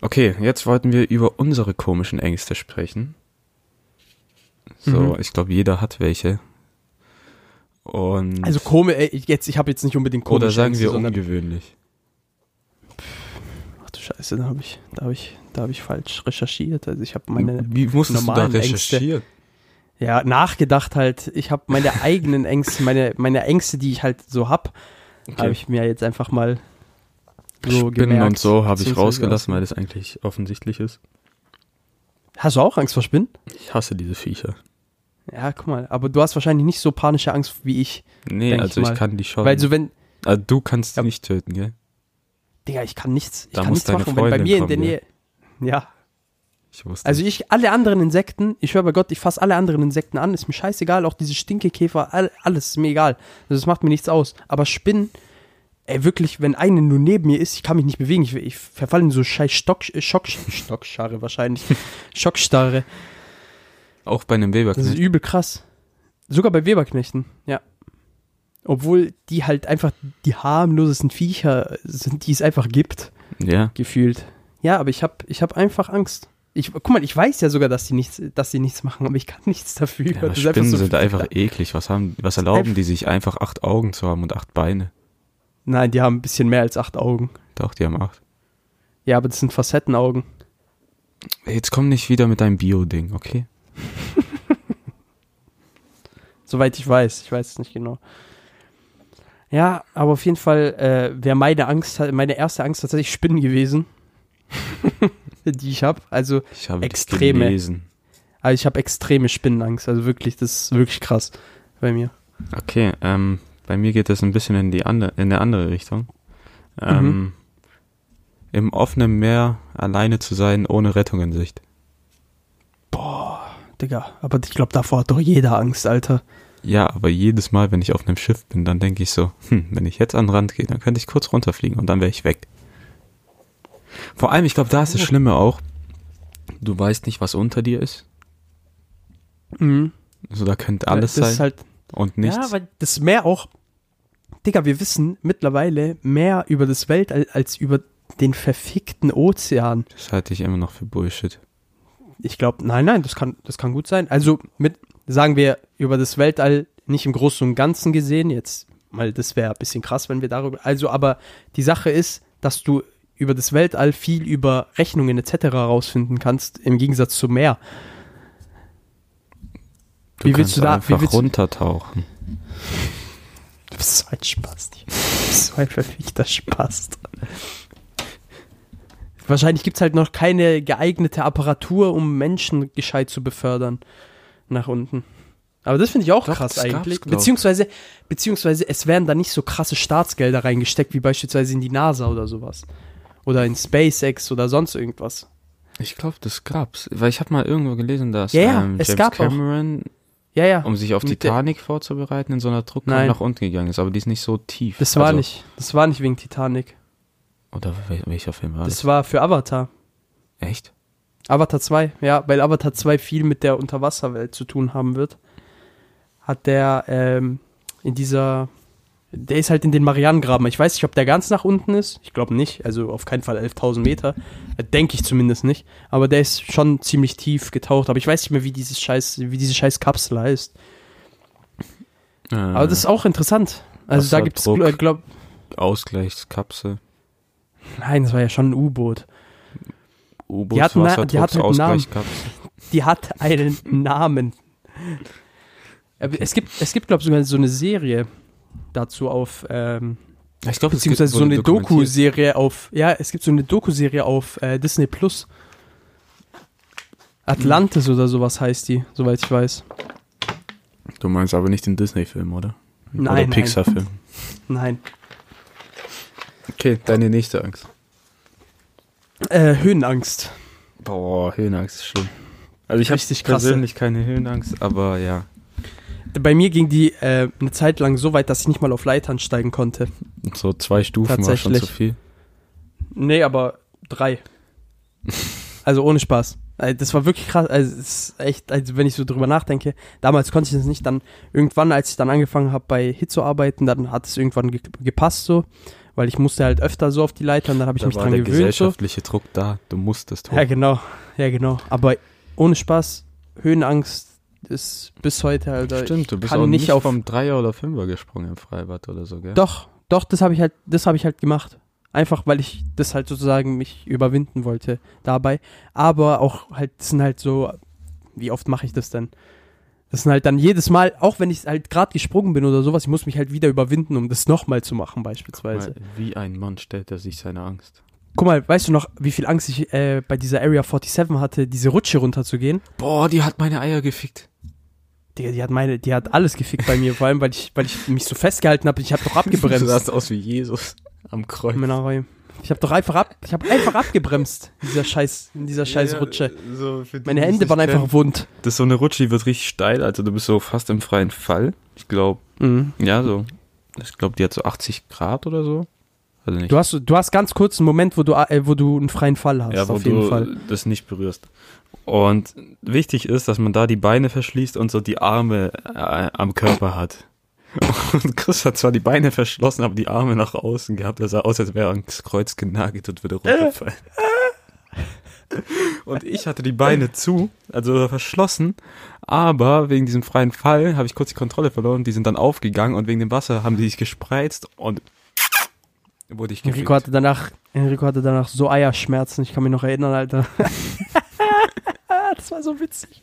Speaker 3: okay, jetzt wollten wir über unsere komischen Ängste sprechen. So,
Speaker 1: Mhm.
Speaker 3: ich glaube, jeder hat welche. Und
Speaker 1: Also komisch, jetzt, ich habe jetzt nicht unbedingt komisch.
Speaker 3: oder sagen wir
Speaker 1: sondern,
Speaker 3: ungewöhnlich.
Speaker 1: Ach du Scheiße, da habe ich, da habe ich, da habe ich falsch recherchiert. Also ich habe meine,
Speaker 3: Wie musstest du da
Speaker 1: normalen Ängste.
Speaker 3: recherchieren?
Speaker 1: ja, nachgedacht halt. Ich habe
Speaker 3: <laughs>
Speaker 1: meine eigenen Ängste, meine, meine Ängste, die ich halt so hab, habe ich mir jetzt einfach mal so
Speaker 3: Spinnen
Speaker 1: gemerkt.
Speaker 3: und so habe ich
Speaker 1: beziehungsweise
Speaker 3: rausgelassen, weil das eigentlich offensichtlich
Speaker 1: aus-
Speaker 3: ist.
Speaker 1: Hast du auch Angst vor Spinnen?
Speaker 3: Ich hasse diese Viecher.
Speaker 1: Ja, guck mal. Aber du hast wahrscheinlich nicht so panische Angst wie ich.
Speaker 3: Nee,
Speaker 1: Denk ich
Speaker 3: also ich,
Speaker 1: mal.
Speaker 3: kann die schon.
Speaker 1: Weil so wenn,
Speaker 3: also du kannst die
Speaker 1: Ja.
Speaker 3: nicht töten, gell?
Speaker 1: Digga, ich kann nichts, ich
Speaker 3: Da
Speaker 1: kann
Speaker 3: muss
Speaker 1: nichts
Speaker 3: deine
Speaker 1: machen. Wenn bei
Speaker 3: Freundin
Speaker 1: mir in der
Speaker 3: kommen,
Speaker 1: Nähe, ja,
Speaker 3: Ich wusste.
Speaker 1: Also ich, alle anderen Insekten, ich schwör bei Gott, ich fasse alle anderen Insekten an, ist mir scheißegal, auch diese Stinkekäfer, all, alles ist mir egal. Also das macht mir nichts aus. Aber Spinnen, ey wirklich, wenn eine nur neben mir ist, ich kann mich nicht bewegen, ich, ich verfalle in so scheiß Stock, äh, Schock, <laughs> Stockscharre wahrscheinlich, Schockstarre.
Speaker 3: auch bei einem
Speaker 1: Das ist
Speaker 3: Weberknecht.
Speaker 1: übel krass. Sogar bei Weberknechten, ja. Obwohl die halt einfach die harmlosesten Viecher sind, die es einfach gibt
Speaker 3: Ja.
Speaker 1: gefühlt. Ja, aber ich habe ich hab einfach Angst. Ich, guck mal, ich weiß ja sogar, dass sie nichts, dass sie nichts machen, aber ich kann nichts dafür.
Speaker 3: Ja, aber
Speaker 1: Das ist
Speaker 3: Spinnen
Speaker 1: so-
Speaker 3: sind einfach eklig. Was, haben, was erlauben die sich? Einfach acht Augen zu haben und acht Beine.
Speaker 1: Nein, die haben ein bisschen mehr als acht Augen.
Speaker 3: Doch, die haben acht.
Speaker 1: Ja, aber das sind Facettenaugen.
Speaker 3: Jetzt komm nicht wieder mit deinem Bio-Ding, okay?
Speaker 1: Soweit ich weiß. Ich weiß es nicht genau. Ja, aber auf jeden Fall äh, wäre meine Angst, meine erste Angst tatsächlich Spinnen gewesen. <laughs> die ich habe. Also
Speaker 3: Ich habe dich
Speaker 1: Extreme.
Speaker 3: gelesen.
Speaker 1: Aber ich habe extreme Spinnenangst. Also wirklich, das ist wirklich krass bei mir.
Speaker 3: Okay, ähm, bei mir geht es ein bisschen in die andere, in eine andere Richtung. Ähm, Im offenen Meer alleine zu sein, ohne Rettung in Sicht.
Speaker 1: Digga, aber ich glaube, davor hat doch jeder Angst, Alter.
Speaker 3: Ja, aber jedes Mal, wenn ich auf einem Schiff bin, dann denke ich so, hm, wenn ich jetzt an den Rand gehe, dann könnte ich kurz runterfliegen und dann wäre ich weg. Vor allem, ich glaube, da ist das Schlimme auch, du weißt nicht, was unter dir ist.
Speaker 1: Mhm.
Speaker 3: Also da könnte alles
Speaker 1: das
Speaker 3: sein
Speaker 1: Ist halt
Speaker 3: und nichts.
Speaker 1: Ja, weil das Meer auch. Digga, wir wissen mittlerweile mehr über das Weltall als über den verfickten Ozean.
Speaker 3: das halte ich immer noch für Bullshit.
Speaker 1: Ich glaube, nein, nein, das kann, das kann gut sein. Also mit, sagen wir, über das Weltall nicht im Großen und Ganzen gesehen, jetzt mal, das wäre ein bisschen krass, wenn wir darüber. Also, aber die Sache ist, dass du über das Weltall viel über Rechnungen etc. rausfinden kannst, im Gegensatz zum Meer. Wie willst
Speaker 3: kannst
Speaker 1: du da- wie
Speaker 3: einfach
Speaker 1: willst du-
Speaker 3: runtertauchen?
Speaker 1: Du bist so ein Spasti. Du bist so ein verfickter Spast. Wahrscheinlich gibt es halt noch keine geeignete Apparatur, um Menschen gescheit zu befördern. Nach unten. Aber das finde ich auch
Speaker 3: Doch,
Speaker 1: krass
Speaker 3: das gab's,
Speaker 1: eigentlich.
Speaker 3: glaub ich.
Speaker 1: Beziehungsweise, beziehungsweise, es werden da nicht so krasse Staatsgelder reingesteckt, wie beispielsweise in die NASA oder sowas. Oder in SpaceX oder sonst irgendwas.
Speaker 3: Ich glaube, das gab's, weil ich habe mal irgendwo gelesen, dass
Speaker 1: Ja, ja,
Speaker 3: ähm,
Speaker 1: es
Speaker 3: James
Speaker 1: gab auch-
Speaker 3: Cameron,
Speaker 1: Ja, ja.
Speaker 3: um sich auf
Speaker 1: Mit der-
Speaker 3: Titanic vorzubereiten, in so einer Druckkammer
Speaker 1: Nein.
Speaker 3: nach unten gegangen ist, aber die ist nicht so tief.
Speaker 1: Das war
Speaker 3: Also-
Speaker 1: nicht. Das war nicht wegen Titanic.
Speaker 3: Oder wel- welcher Film war das?
Speaker 1: Das war für Avatar.
Speaker 3: Echt?
Speaker 1: Avatar 2, ja, weil Avatar 2 viel mit der Unterwasserwelt zu tun haben wird, hat der ähm, in dieser, der ist halt in den Marianengraben. Ich weiß nicht, ob der ganz nach unten ist. Ich glaube nicht, also auf keinen Fall 11.000 Meter. Äh, Denke ich zumindest nicht. Aber der ist schon ziemlich tief getaucht. Aber ich weiß nicht mehr, wie dieses scheiß, wie diese scheiß Kapsel heißt.
Speaker 3: Äh,
Speaker 1: Aber das ist auch interessant. Also da gibt es,
Speaker 3: Wasserdruck.
Speaker 1: glaube
Speaker 3: Ausgleichskapsel.
Speaker 1: nein, das war ja schon ein U-Boot.
Speaker 3: U-Boot,
Speaker 1: Die hatten na- die hatten einen Namen.
Speaker 3: Ausgleichskapsel.
Speaker 1: Die hat einen Namen. Aber Es gibt, es gibt glaube ich, sogar so eine Serie dazu auf, ähm,
Speaker 3: Ich glaube,
Speaker 1: beziehungsweise so eine Doku-Serie auf, ja, es gibt so eine Doku-Serie auf äh, Disney Plus. Atlantis oder sowas heißt die, soweit ich weiß.
Speaker 3: Du meinst aber nicht den Disney-Film, oder?
Speaker 1: Nein,
Speaker 3: Oder
Speaker 1: nein.
Speaker 3: Pixar-Film.
Speaker 1: Nein.
Speaker 3: Okay, deine nächste Angst.
Speaker 1: Äh, Höhenangst.
Speaker 3: Boah, Höhenangst ist schlimm. Also ich habe
Speaker 1: Richtig krasse.
Speaker 3: persönlich keine Höhenangst, aber ja.
Speaker 1: Bei mir ging die äh, eine Zeit lang so weit, dass ich nicht mal auf Leitern steigen konnte.
Speaker 3: So zwei Stufen war schon
Speaker 1: Tatsächlich.
Speaker 3: zu viel.
Speaker 1: Nee, aber
Speaker 3: <laughs>
Speaker 1: drei. Also ohne Spaß. Also Das war wirklich krass. Also es ist echt, also wenn ich so drüber nachdenke, damals konnte ich das nicht. Dann irgendwann, als ich dann angefangen habe bei Hit zu arbeiten, dann hat es irgendwann ge gepasst so, weil ich musste halt öfter so auf die Leiter und dann habe ich
Speaker 3: da
Speaker 1: mich
Speaker 3: war
Speaker 1: dran
Speaker 3: der
Speaker 1: gewöhnt. So.
Speaker 3: gesellschaftliche Druck da. Du musstest hoch.
Speaker 1: Ja genau, ja genau. Aber ohne Spaß, Höhenangst ist bis heute halt.
Speaker 3: Stimmt, du bist
Speaker 1: kann
Speaker 3: auch
Speaker 1: nicht
Speaker 3: Äh, nicht
Speaker 1: auf-
Speaker 3: vom Dreier oder Fünfer gesprungen im Freibad oder so, gell?
Speaker 1: Doch, doch, das habe ich halt, das habe ich halt gemacht. Einfach, weil ich das halt sozusagen mich überwinden wollte dabei. Aber auch halt, das sind halt so, wie oft mache ich das denn? Das sind halt dann jedes Mal, auch wenn ich halt gerade gesprungen bin oder sowas, ich muss mich halt wieder überwinden, um das nochmal zu machen beispielsweise.
Speaker 3: Mal, Wie ein Mann stellt er sich seine Angst.
Speaker 1: Guck mal, weißt du noch, wie viel Angst ich äh, bei dieser Area 47 hatte, diese Rutsche runterzugehen?
Speaker 3: Boah, die hat meine Eier gefickt.
Speaker 1: Die, die hat meine, die hat alles gefickt bei mir, vor allem, weil ich, weil ich mich so festgehalten habe, ich habe
Speaker 3: <laughs>
Speaker 1: doch
Speaker 3: Du
Speaker 1: abgebremst.
Speaker 3: sahst aus wie Jesus am Kreuz.
Speaker 1: Minerei. Ich habe doch einfach ab, ich habe einfach abgebremst in dieser scheiß, in dieser scheiß
Speaker 3: Ja,
Speaker 1: Rutsche.
Speaker 3: so für die,
Speaker 1: Meine
Speaker 3: die es
Speaker 1: Hände
Speaker 3: nicht
Speaker 1: waren einfach
Speaker 3: kennen.
Speaker 1: wund.
Speaker 3: Das ist so eine Rutsche, die wird richtig steil, also du bist so fast im freien Fall. Ich glaube, ja, so. Ich glaube, die hat so 80 Grad oder so. Also nicht.
Speaker 1: Du hast, du hast ganz kurz einen Moment, wo du, äh, wo du einen freien Fall hast,
Speaker 3: ja, wo
Speaker 1: auf jeden
Speaker 3: du
Speaker 1: Fall.
Speaker 3: das nicht berührst. Und wichtig ist, dass man da die Beine verschließt und so die Arme äh, am Körper hat. <laughs> Und Chris hat zwar die Beine verschlossen, aber die Arme nach außen gehabt. Er sah aus, als wäre er ans Kreuz genagelt und würde runterfallen.
Speaker 1: Äh.
Speaker 3: Und ich hatte die Beine zu, also verschlossen, aber wegen diesem freien Fall habe ich kurz die Kontrolle verloren. Die sind dann aufgegangen und wegen dem Wasser haben die sich gespreizt und wurde ich gefickt.
Speaker 1: Enrico hatte danach, Enrico hatte danach so Eierschmerzen, ich kann mich noch erinnern, Alter. <laughs> das war so witzig.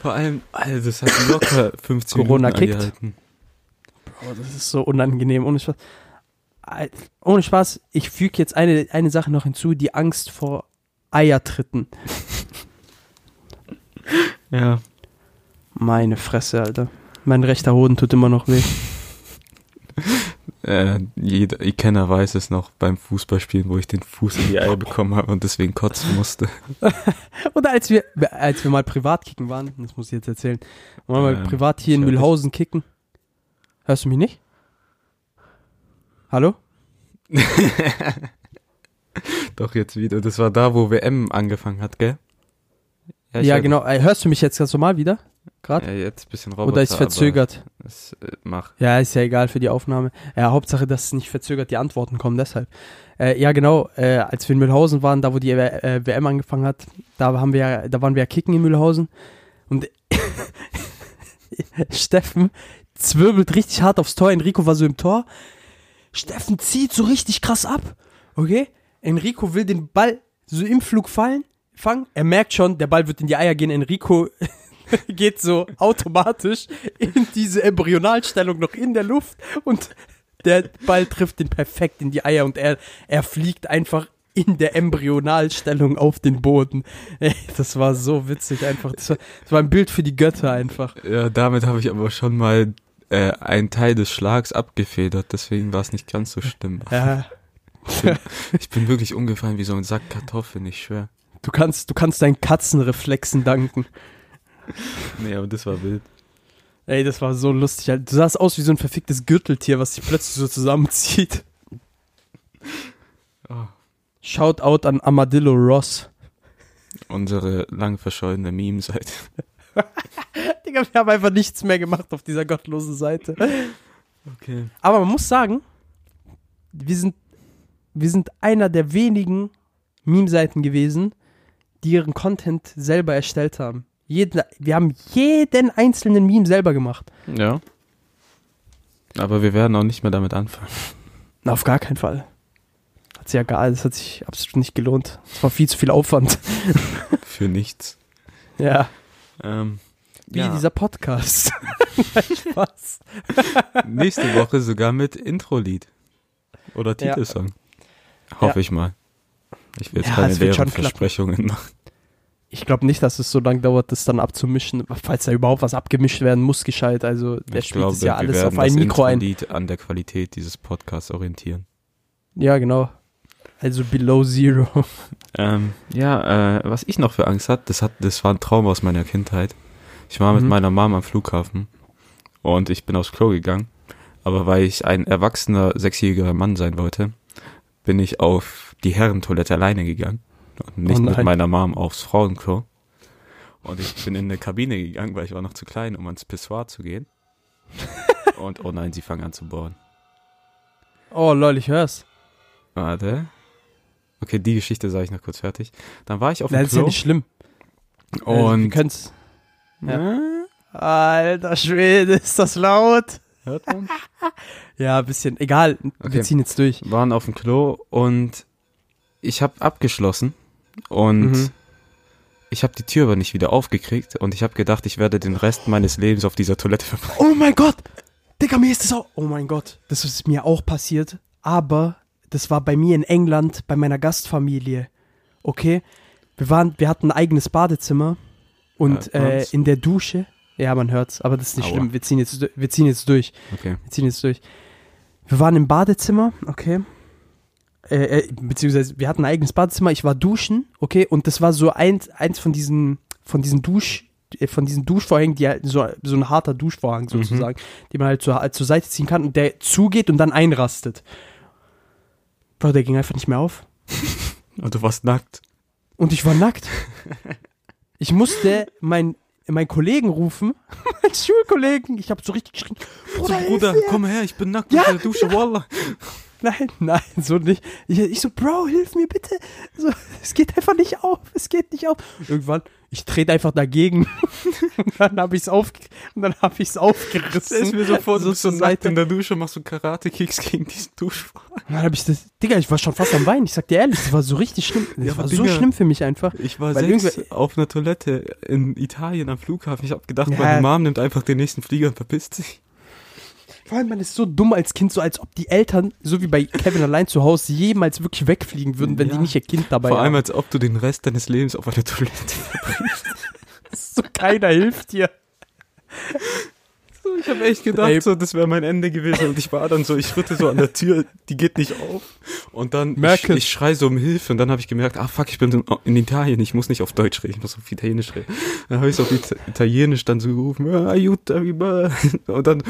Speaker 3: Vor allem, Alter, das hat <coughs> locker 15
Speaker 1: Corona
Speaker 3: Minuten
Speaker 1: kickt.
Speaker 3: angehalten.
Speaker 1: Bro, das ist so unangenehm, ohne Spaß. Al- Ohne Spaß, ich füge jetzt eine, eine Sache noch hinzu, die Angst vor Eiertritten.
Speaker 3: Ja.
Speaker 1: Meine Fresse, Alter. Mein rechter Hoden tut immer noch weh.
Speaker 3: Äh, jeder Kenner weiß es noch beim Fußballspielen, wo ich den Fuß in die <coughs> Eier bekommen habe und deswegen kotzen <coughs> musste.
Speaker 1: Oder als wir, als wir mal privat kicken waren, das muss ich jetzt erzählen, waren wir mal
Speaker 3: Ähm,
Speaker 1: privat hier
Speaker 3: ich
Speaker 1: in
Speaker 3: hör dich.
Speaker 1: Mühlhausen kicken. Hörst du mich nicht? Hallo?
Speaker 3: Doch jetzt wieder. Das war da, wo WM angefangen hat, gell? ich
Speaker 1: Ja,
Speaker 3: hör
Speaker 1: genau. Äh, Hörst du mich jetzt ganz normal wieder?
Speaker 3: dich.
Speaker 1: Gerade?
Speaker 3: Ja, jetzt ein bisschen Roboter.
Speaker 1: Oder ist
Speaker 3: aber
Speaker 1: verzögert?
Speaker 3: Es, äh, mach.
Speaker 1: Ja, ist ja egal für die Aufnahme. Ja, Hauptsache, dass nicht verzögert die Antworten kommen, deshalb. Äh, ja, genau, äh, als wir in Mühlhausen waren, da wo die äh, WM angefangen hat, da haben wir ja- da waren wir ja kicken in Mühlhausen und <laughs> Steffen zwirbelt richtig hart aufs Tor, Enrico war so im Tor. Steffen zieht so richtig krass ab. Okay? Enrico will den Ball so im Flug fallen, fangen. Er merkt schon, der Ball wird in die Eier gehen. Enrico geht so automatisch in diese Embryonalstellung noch in der Luft und der Ball trifft den perfekt in die Eier und er, er fliegt einfach in der Embryonalstellung auf den Boden. Ey, das war so witzig einfach. Das war, das war ein Bild für die Götter einfach.
Speaker 3: Ja, damit habe ich aber schon mal äh, einen Teil des Schlags abgefedert, deswegen war es nicht ganz so <laughs> schlimm.
Speaker 1: Ja,
Speaker 3: Ich bin wirklich umgefallen wie so ein Sack Kartoffeln, ich schwör.
Speaker 1: du kannst, du kannst deinen Katzenreflexen danken.
Speaker 3: Nee, aber das war wild.
Speaker 1: Ey, das war so lustig. Alter. Du sahst aus wie so ein verficktes Gürteltier, was sich plötzlich so zusammenzieht.
Speaker 3: Oh.
Speaker 1: Shout out an Amadillo Ross.
Speaker 3: Unsere lang verschollene Meme-Seite.
Speaker 1: <laughs> Digga, wir haben einfach nichts mehr gemacht auf dieser gottlosen Seite.
Speaker 3: Okay.
Speaker 1: Aber man muss sagen, wir sind, wir sind einer der wenigen Meme-Seiten gewesen, die ihren Content selber erstellt haben. Jeden, wir haben jeden einzelnen Meme selber gemacht.
Speaker 3: Ja. Aber wir werden auch nicht mehr damit anfangen. <laughs>
Speaker 1: Na, auf gar keinen Fall. Hat sich ja gar, das hat sich absolut nicht gelohnt. Es war viel zu viel Aufwand.
Speaker 3: Für nichts.
Speaker 1: Ja.
Speaker 3: Ähm,
Speaker 1: Wie
Speaker 3: ja.
Speaker 1: dieser Podcast. <laughs> Nein, Spaß.
Speaker 3: Nächste Woche sogar mit Intro-Lied. Oder
Speaker 1: Ja.
Speaker 3: Titelsong. Hoffe ich mal. Ich will jetzt
Speaker 1: Ja,
Speaker 3: keine
Speaker 1: es wird
Speaker 3: leeren
Speaker 1: schon klappen.
Speaker 3: Versprechungen machen.
Speaker 1: Ich glaube nicht, dass es so lange dauert, das dann abzumischen, falls da überhaupt was abgemischt werden muss, gescheit. Also der
Speaker 3: ich
Speaker 1: spielt
Speaker 3: glaube,
Speaker 1: es ja
Speaker 3: wir
Speaker 1: alles
Speaker 3: werden
Speaker 1: auf ein
Speaker 3: das
Speaker 1: Mikro ein.
Speaker 3: Intro-Lied an der Qualität dieses Podcasts orientieren.
Speaker 1: Ja, genau. Also below zero.
Speaker 3: Ähm, ja, äh, was ich noch für Angst hatte, das, hat, das war ein Traum aus meiner Kindheit. Ich war mit
Speaker 1: Mhm.
Speaker 3: meiner Mom am Flughafen und ich bin aufs Klo gegangen. Aber weil ich ein erwachsener, sechsjähriger Mann sein wollte, bin ich auf die Herrentoilette alleine gegangen und nicht
Speaker 1: Oh
Speaker 3: mit
Speaker 1: nein.
Speaker 3: meiner Mom aufs Frauenklo. Und ich bin in eine Kabine gegangen, weil ich war noch zu klein, um ans Pissoir
Speaker 1: <laughs>
Speaker 3: zu gehen. Und oh nein, sie fangen an zu bohren.
Speaker 1: <laughs> Oh lol, ich hör's.
Speaker 3: Warte. Okay, die Geschichte sage ich noch kurz fertig. Dann war ich auf dem
Speaker 1: Nein, das ist ja
Speaker 3: Klo
Speaker 1: nicht schlimm. also, wir
Speaker 3: und
Speaker 1: können's.
Speaker 3: Ja.
Speaker 1: Alter Schwede, ist das laut.
Speaker 3: Hört man?
Speaker 1: Ja, ein bisschen. Egal,
Speaker 3: Okay.
Speaker 1: wir ziehen jetzt durch.
Speaker 3: Waren auf dem Klo und ich habe abgeschlossen und
Speaker 1: Mhm.
Speaker 3: ich habe die Tür aber nicht wieder aufgekriegt und ich habe gedacht, ich werde den Rest meines Lebens auf dieser Toilette verbringen.
Speaker 1: Oh mein Gott! Digga, mir ist das auch. Oh mein Gott, das ist mir auch passiert. Aber das war bei mir in England, bei meiner Gastfamilie. Okay? Wir, waren, wir hatten ein eigenes Badezimmer und
Speaker 3: Hört
Speaker 1: äh,
Speaker 3: man's?
Speaker 1: in der Dusche. Ja, man hört's, aber das ist nicht
Speaker 3: Aua.
Speaker 1: schlimm. Wir ziehen, jetzt, du- wir ziehen jetzt durch.
Speaker 3: Okay.
Speaker 1: Wir ziehen jetzt durch. Wir waren im Badezimmer, okay. Äh, äh, beziehungsweise wir hatten ein eigenes Badezimmer, ich war duschen, okay, und das war so eins, eins von diesen, von diesen Dusch, äh, von diesen Duschvorhängen, die halt so, so ein harter Duschvorhang sozusagen, den man halt zur, zur Seite ziehen kann und der zugeht und dann einrastet. Bro, der ging einfach nicht mehr auf.
Speaker 3: Und du warst nackt.
Speaker 1: Und ich war nackt. Ich musste mein, meinen Kollegen rufen, <laughs> meinen Schulkollegen. Ich habe so richtig geschrien, Bruder, hilf mir.
Speaker 3: komm her, ich bin nackt
Speaker 1: Ja,
Speaker 3: unter der Dusche, <laughs> Wallah.
Speaker 1: Nein, <laughs> nein, so nicht. Ich, ich so, Bro, hilf mir bitte. So, <laughs> es geht einfach nicht auf. Es geht nicht auf. Irgendwann, ich trete einfach dagegen. <laughs> und dann habe ich es auf, und dann hab ich's aufgerissen.
Speaker 3: du bist so nackt
Speaker 1: Seite.
Speaker 3: in der Dusche, machst du Karate-Kicks gegen diesen Duschvorhang.
Speaker 1: Und dann habe ich das. Digga, ich war schon fast am Weinen. Ich sag dir ehrlich, das war so richtig schlimm. Das
Speaker 3: Ja, aber
Speaker 1: war so
Speaker 3: Digga.
Speaker 1: schlimm für mich einfach.
Speaker 3: Ich war
Speaker 1: Weil
Speaker 3: sechs auf einer Toilette in Italien am Flughafen. Ich habe gedacht,
Speaker 1: Ja.
Speaker 3: meine Mom nimmt einfach den nächsten Flieger und verpisst sich.
Speaker 1: Vor allem, man ist so dumm als Kind, so als ob die Eltern, so wie bei Kevin allein zu Hause, jemals wirklich wegfliegen würden, wenn
Speaker 3: Ja.
Speaker 1: die nicht ihr Kind dabei
Speaker 3: Vor allem,
Speaker 1: haben.
Speaker 3: als ob du den Rest deines Lebens auf einer Toilette
Speaker 1: so keiner hilft dir.
Speaker 3: Ich habe echt gedacht,
Speaker 1: Ey.
Speaker 3: so, das wäre mein Ende gewesen. Und ich war dann so, ich rütte so an der Tür, die geht nicht auf. Und dann, ich,
Speaker 1: Merkel.
Speaker 3: ich schrei so um Hilfe. Und dann habe ich gemerkt, ah fuck, ich bin in, in Italien, ich muss nicht auf Deutsch reden, ich muss auf Italienisch reden. Dann habe ich so auf Ita- Italienisch dann so gerufen, "Ah, aiuta, mi ma." <laughs> Und dann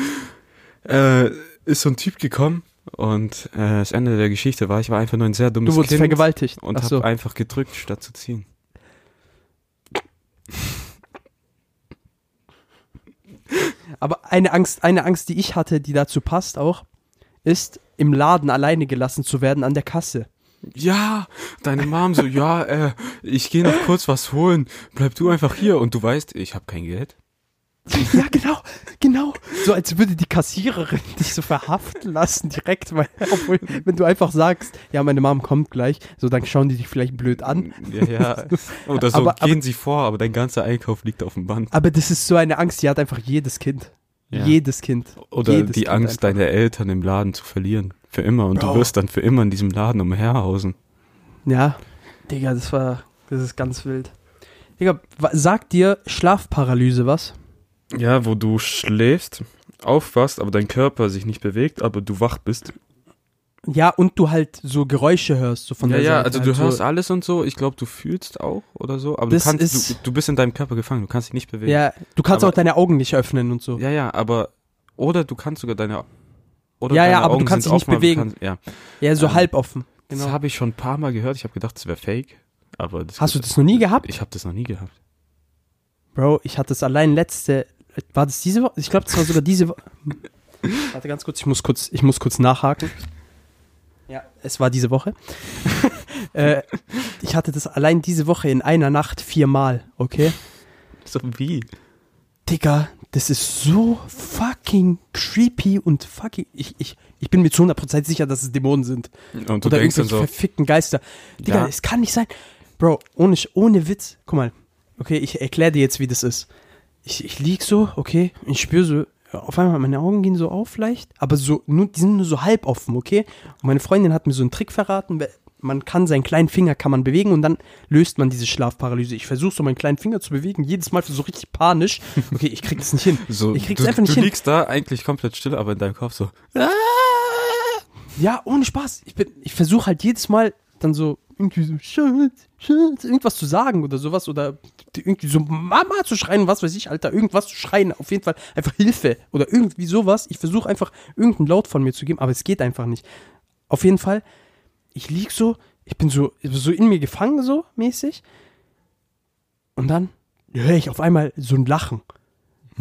Speaker 3: äh, ist so ein Typ gekommen. Und äh, das Ende der Geschichte war, ich war einfach nur ein sehr dummes
Speaker 1: Du wurdest
Speaker 3: Kind
Speaker 1: vergewaltigt.
Speaker 3: und
Speaker 1: Ach
Speaker 3: habe
Speaker 1: so.
Speaker 3: einfach gedrückt, statt zu ziehen.
Speaker 1: Aber eine Angst, eine Angst, die ich hatte, die dazu passt auch, ist, im Laden alleine gelassen zu werden an der
Speaker 3: <laughs>
Speaker 1: Kasse.
Speaker 3: Ja, deine Mom so, ja, äh, ich gehe noch kurz was holen. Bleib du einfach hier und du weißt, ich habe kein Geld.
Speaker 1: Ja, genau, genau. So als würde die Kassiererin <laughs> dich so verhaften lassen direkt, weil, obwohl, wenn du einfach sagst, ja, meine Mom kommt gleich, so dann schauen die dich vielleicht blöd an.
Speaker 3: Ja, <laughs> ja. Oder so
Speaker 1: Aber- aber-
Speaker 3: gehen sie vor, aber dein ganzer Einkauf liegt auf dem Band.
Speaker 1: Aber das ist so eine Angst, die hat einfach jedes Kind.
Speaker 3: Ja.
Speaker 1: Jedes Kind.
Speaker 3: Oder
Speaker 1: jedes
Speaker 3: die
Speaker 1: Kind
Speaker 3: Angst,
Speaker 1: einfach.
Speaker 3: deine Eltern im Laden zu verlieren. Für immer. Und
Speaker 1: Bro.
Speaker 3: du wirst dann für immer in diesem Laden umherhausen.
Speaker 1: Ja, Digga, das war, das ist ganz wild. Digga, wa- sagt dir Schlafparalyse was?
Speaker 3: Ja, wo du schläfst, aufwachst, aber dein Körper sich nicht bewegt, aber du wach bist.
Speaker 1: Ja, und du halt so Geräusche hörst, so von
Speaker 3: Ja,
Speaker 1: der
Speaker 3: ja,
Speaker 1: Seite,
Speaker 3: also
Speaker 1: halt
Speaker 3: du
Speaker 1: so,
Speaker 3: hörst alles und so. Ich glaube, du fühlst auch oder so. Aber
Speaker 1: Das
Speaker 3: du, kannst, du,
Speaker 1: ist-
Speaker 3: du bist in deinem Körper gefangen, du kannst dich nicht bewegen.
Speaker 1: Ja, du kannst
Speaker 3: Aber-
Speaker 1: auch deine Augen nicht öffnen und so.
Speaker 3: Ja, ja, aber oder du kannst sogar deine oder
Speaker 1: Ja, ja,
Speaker 3: deine
Speaker 1: aber du
Speaker 3: Augen
Speaker 1: kannst
Speaker 3: sind
Speaker 1: dich nicht
Speaker 3: offen, aber du
Speaker 1: bewegen.
Speaker 3: kannst- ja.
Speaker 1: Ja, so
Speaker 3: Ähm,
Speaker 1: halb offen.
Speaker 3: Das
Speaker 1: Genau.
Speaker 3: habe ich schon ein paar Mal gehört. Ich habe gedacht, das wäre fake, aber das
Speaker 1: Hast du das noch nie gehabt?
Speaker 3: Ich habe das noch nie gehabt.
Speaker 1: Bro, ich hatte es allein letzte. War das diese Woche? Ich glaube, das war sogar
Speaker 3: <laughs>
Speaker 1: diese Woche. Warte ganz kurz, ich muss kurz, ich muss kurz nachhaken. Ja, es war diese Woche. <laughs> äh, ich hatte das allein diese Woche in einer Nacht viermal, okay?
Speaker 3: So wie?
Speaker 1: Digga, das ist so fucking creepy und fucking. Ich, ich, ich bin mir zu 100% sicher, dass es Dämonen sind.
Speaker 3: Und du
Speaker 1: Oder
Speaker 3: denkst
Speaker 1: irgendwelche
Speaker 3: dann so,
Speaker 1: verfickten Geister. Digga,
Speaker 3: Ja.
Speaker 1: es kann nicht sein. Bro, ohne, Sch- ohne Witz. Guck mal. Okay, ich erkläre dir jetzt, wie das ist. Ich, ich lieg so, okay, ich spüre so, auf einmal meine Augen gehen so auf leicht, aber so, nur, die sind nur so halb offen, okay? Und meine Freundin hat mir so einen Trick verraten, we- man kann seinen kleinen Finger kann man bewegen und dann löst man diese Schlafparalyse. Ich versuche so meinen kleinen Finger zu bewegen, jedes Mal so richtig panisch. Okay, ich krieg das nicht hin.
Speaker 3: <laughs> so
Speaker 1: ich krieg's
Speaker 3: du,
Speaker 1: einfach nicht
Speaker 3: du
Speaker 1: hin.
Speaker 3: liegst da eigentlich komplett still, aber in deinem Kopf so.
Speaker 1: Ah! Ja, ohne Spaß. Ich, bin- ich versuche halt jedes Mal dann so irgendwie so Schild, Schild, irgendwas zu sagen oder sowas oder die- irgendwie so Mama zu schreien, was weiß ich, Alter, irgendwas zu schreien, auf jeden Fall einfach Hilfe oder irgendwie sowas. Ich versuche einfach irgendeinen Laut von mir zu geben, aber es geht einfach nicht. Auf jeden Fall, ich lieg so, ich bin so, so in mir gefangen, so mäßig. Und dann höre ich auf einmal so ein Lachen.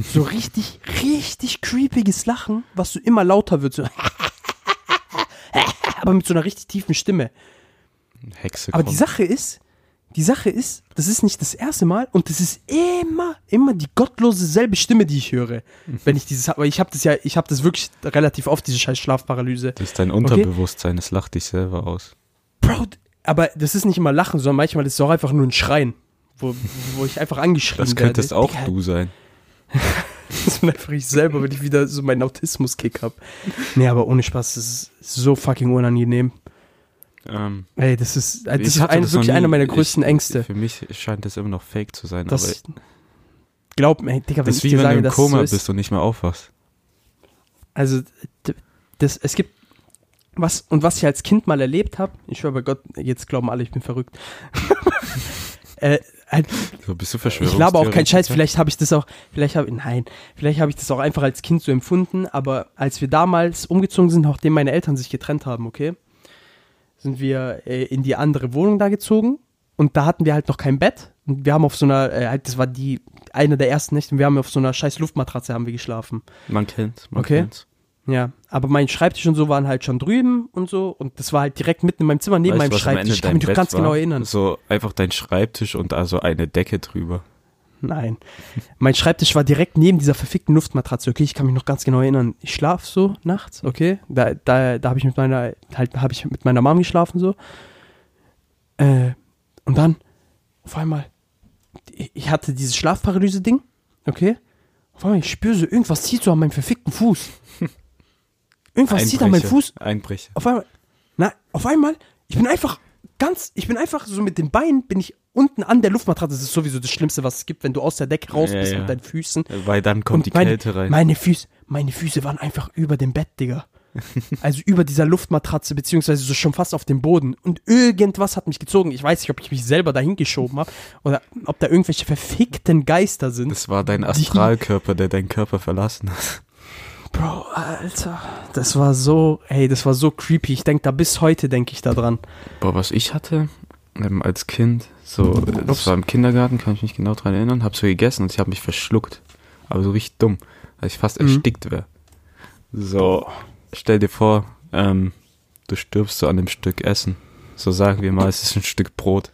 Speaker 1: So richtig, richtig creepiges Lachen, was so immer lauter wird. So <laughs> aber mit so einer richtig tiefen Stimme.
Speaker 3: Hexe
Speaker 1: Aber
Speaker 3: kommt.
Speaker 1: die Sache ist, die Sache ist, das ist nicht das erste Mal und das ist immer, immer die gottlose selbe Stimme, die ich höre,
Speaker 3: Mhm.
Speaker 1: wenn ich dieses, aber ich habe das ja, ich habe das wirklich relativ oft, diese scheiß Schlafparalyse.
Speaker 3: das ist dein Unterbewusstsein, das lacht dich selber aus.
Speaker 1: Bro, aber das ist nicht immer Lachen, sondern manchmal ist es auch einfach nur ein Schreien, wo, wo ich einfach angeschrien
Speaker 3: Das
Speaker 1: werde.
Speaker 3: könntest auch
Speaker 1: Digga,
Speaker 3: du sein.
Speaker 1: <laughs> Das bin einfach ich selber, wenn ich wieder so meinen Autismus-Kick habe. Nee, aber ohne Spaß, das ist so fucking unangenehm.
Speaker 3: Ähm,
Speaker 1: Ey, das ist, das
Speaker 3: ich
Speaker 1: ist
Speaker 3: hatte
Speaker 1: ein,
Speaker 3: das noch
Speaker 1: wirklich
Speaker 3: nie.
Speaker 1: einer meiner
Speaker 3: Ich-
Speaker 1: größten Ängste.
Speaker 3: Für mich scheint das immer noch fake zu sein. aber
Speaker 1: Das, glaub mir, ey, Digga, wenn
Speaker 3: das
Speaker 1: ich
Speaker 3: ist wie
Speaker 1: dir
Speaker 3: wenn
Speaker 1: sage,
Speaker 3: du im
Speaker 1: dass es
Speaker 3: Koma
Speaker 1: so ist,
Speaker 3: bist und nicht mehr aufwachst.
Speaker 1: also d- das, es gibt was und was ich als Kind mal erlebt habe, ich schwör bei Gott, jetzt glauben alle, ich bin verrückt. <laughs> äh, halt,
Speaker 3: So, bist du
Speaker 1: ich glaube auch keinen Scheiß,
Speaker 3: Verschwörungstheoretiker?
Speaker 1: vielleicht habe ich das auch, vielleicht habe nein, vielleicht habe ich das auch einfach als Kind so empfunden, aber als wir damals umgezogen sind, nachdem meine Eltern sich getrennt haben, okay, sind wir äh, in die andere Wohnung da gezogen und da hatten wir halt noch kein Bett und wir haben auf so einer, äh, halt, das war die eine der ersten Nächte und wir haben auf so einer scheiß Luftmatratze haben wir geschlafen.
Speaker 3: Man kennt, man
Speaker 1: Okay.
Speaker 3: kennt's.
Speaker 1: Ja, aber mein Schreibtisch und so waren halt schon drüben und so und das war halt direkt mitten in meinem Zimmer neben
Speaker 3: Weißt
Speaker 1: meinem
Speaker 3: du, was am Ende
Speaker 1: Schreibtisch. Ich kann
Speaker 3: dein
Speaker 1: mich noch
Speaker 3: Bett
Speaker 1: ganz
Speaker 3: war?
Speaker 1: genau erinnern.
Speaker 3: So einfach dein Schreibtisch und also eine Decke drüber.
Speaker 1: Nein. Mein Schreibtisch war direkt neben dieser verfickten Luftmatratze. Okay, ich kann mich noch ganz genau erinnern. Ich schlaf so nachts, okay? Da, da, da habe ich mit meiner, halt, habe ich mit meiner Mom geschlafen so. Äh, und dann, auf einmal, ich- ich hatte dieses Schlafparalyse-Ding, okay? Auf einmal, ich spüre so, irgendwas zieht so an meinem verfickten Fuß. Irgendwas zieht an meinem Fuß
Speaker 3: Einbrecher.
Speaker 1: auf einmal, na, auf einmal, ich bin einfach ganz, ich bin einfach so mit den Beinen, bin ich unten an der Luftmatratze. Das ist sowieso das Schlimmste, was es gibt, wenn du aus der Decke raus
Speaker 3: Ja,
Speaker 1: bist
Speaker 3: ja.
Speaker 1: mit deinen Füßen.
Speaker 3: Weil dann kommt die
Speaker 1: meine,
Speaker 3: Kälte rein.
Speaker 1: Meine Füße, meine Füße waren einfach über dem Bett,
Speaker 3: <laughs>
Speaker 1: Digga. Also über dieser Luftmatratze, beziehungsweise so schon fast auf dem Boden. Und irgendwas hat mich gezogen. Ich weiß nicht, ob ich mich selber dahin geschoben habe oder ob da irgendwelche verfickten Geister sind.
Speaker 3: das war dein Astralkörper, der deinen Körper verlassen hat.
Speaker 1: Bro, Alter, das war so, ey, das war so creepy. Ich denke da bis heute, denke ich da dran.
Speaker 3: Boah, was ich hatte ähm, als Kind, so, äh,
Speaker 1: Ups.
Speaker 3: das war im Kindergarten, kann ich mich genau dran erinnern, hab so gegessen und ich habe mich verschluckt. Aber so richtig dumm, weil ich fast erstickt wäre. So, stell dir vor, ähm, du stirbst so an dem Stück Essen. So sagen wir mal, es ist ein Stück Brot.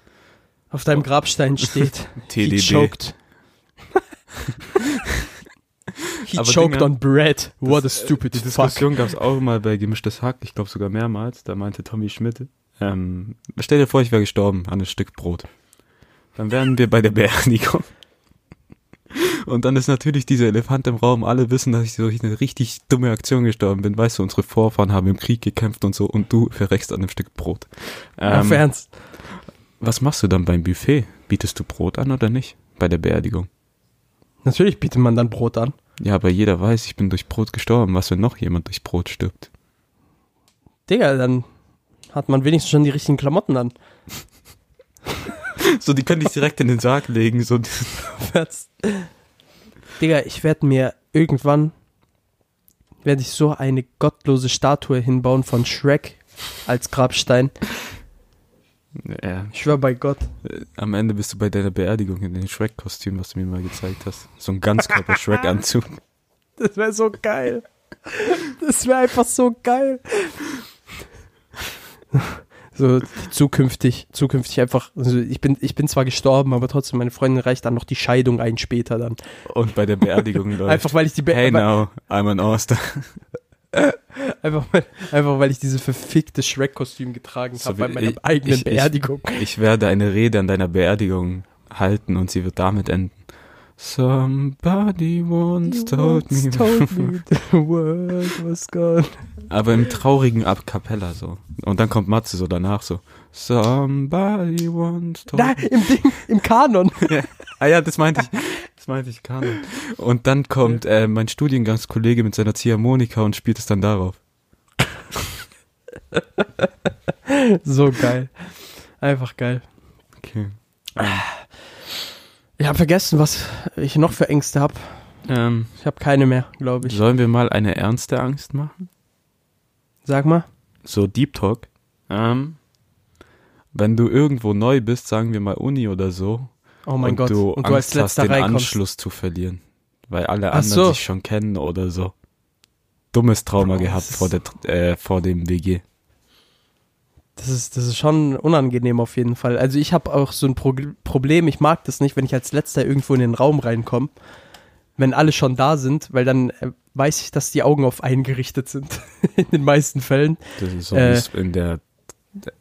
Speaker 1: Auf deinem Grabstein
Speaker 3: <laughs>
Speaker 1: steht, he
Speaker 3: TDB. <laughs>
Speaker 1: choked. he
Speaker 3: Aber
Speaker 1: choked
Speaker 3: Dinger,
Speaker 1: on bread. What
Speaker 3: Das,
Speaker 1: a
Speaker 3: äh,
Speaker 1: stupid
Speaker 3: Die
Speaker 1: fuck.
Speaker 3: Diskussion gab es auch mal bei Gemischtes Hack, ich glaube sogar mehrmals. Da meinte Tommy Schmidt, ähm, stell dir vor, ich wäre gestorben an einem Stück Brot. Dann wären wir bei der Beerdigung. Und dann ist natürlich dieser Elefant im Raum. Alle wissen, dass ich durch eine richtig dumme Aktion gestorben bin. Weißt du, unsere Vorfahren haben im Krieg gekämpft und so und du verreckst an einem Stück Brot.
Speaker 1: Auf
Speaker 3: Ähm,
Speaker 1: Ernst.
Speaker 3: was machst du dann beim Buffet? Bietest du Brot an oder nicht? Bei der Beerdigung.
Speaker 1: Natürlich bietet man dann Brot an.
Speaker 3: Ja, aber jeder weiß, ich bin durch Brot gestorben. Was, wenn noch jemand durch Brot stirbt?
Speaker 1: Digga, dann hat man wenigstens schon die richtigen Klamotten
Speaker 3: <laughs>
Speaker 1: an.
Speaker 3: So, die könnte ich direkt in den Sarg legen. So.
Speaker 1: Platz. Digga, ich werde mir irgendwann werde ich so eine gottlose Statue hinbauen von Shrek als Grabstein.
Speaker 3: Ja,
Speaker 1: Ich schwör bei Gott.
Speaker 3: äh, am Ende bist du bei deiner Beerdigung in dem Shrek-Kostüm, was du mir mal gezeigt hast. So ein Ganzkörper-Shrek-Anzug.
Speaker 1: Das wäre so geil. Das wäre einfach so geil. So zukünftig, zukünftig einfach, also ich bin, ich bin zwar gestorben, aber trotzdem, meine Freundin reicht dann noch die Scheidung ein später dann.
Speaker 3: <laughs> Und bei der Beerdigung läuft.
Speaker 1: Einfach weil ich die Be
Speaker 3: hey
Speaker 1: weil-
Speaker 3: now, I'm an Oster.
Speaker 1: <laughs> Einfach weil, einfach weil ich dieses verfickte Shrek-Kostüm getragen
Speaker 3: So
Speaker 1: habe
Speaker 3: wie-
Speaker 1: bei meiner
Speaker 3: ich-
Speaker 1: eigenen
Speaker 3: ich- ich-
Speaker 1: Beerdigung.
Speaker 3: Ich werde eine Rede an deiner Beerdigung halten und sie wird damit enden. Somebody once told me.
Speaker 1: the world was gone.
Speaker 3: Aber im traurigen A Cappella so. Und dann kommt Matze so danach so. Somebody once told
Speaker 1: Nein, im Ding, im Kanon.
Speaker 3: Ja. Ah ja, das meinte ich. Das meinte ich gar nicht. Und dann kommt äh, mein Studiengangskollege mit seiner Ziehharmonika und spielt es dann darauf.
Speaker 1: So geil. Einfach geil.
Speaker 3: Okay.
Speaker 1: Ich habe vergessen, was ich noch für Ängste habe.
Speaker 3: Ähm,
Speaker 1: Ich habe keine mehr, glaube ich.
Speaker 3: sollen wir mal eine ernste Angst machen?
Speaker 1: Sag mal.
Speaker 3: So Deep Talk. Ähm, wenn du irgendwo neu bist, sagen wir mal Uni oder so,
Speaker 1: Oh mein
Speaker 3: und
Speaker 1: Gott.
Speaker 3: du
Speaker 1: und
Speaker 3: Angst
Speaker 1: du als
Speaker 3: hast,
Speaker 1: letzter
Speaker 3: den
Speaker 1: reinkommst.
Speaker 3: Anschluss zu verlieren, weil alle
Speaker 1: Ach
Speaker 3: anderen
Speaker 1: so.
Speaker 3: dich schon kennen oder so. Dummes Trauma
Speaker 1: Bro,
Speaker 3: gehabt
Speaker 1: das
Speaker 3: vor, der, äh, vor dem WG.
Speaker 1: Das ist, das ist schon unangenehm auf jeden Fall. Also ich habe auch so ein Pro Problem, ich mag das nicht, wenn ich als letzter irgendwo in den Raum reinkomme, wenn alle schon da sind, weil dann äh, weiß ich, dass die Augen auf einen gerichtet sind, <laughs> in den meisten Fällen.
Speaker 3: Das ist so,
Speaker 1: Äh.
Speaker 3: wie es in der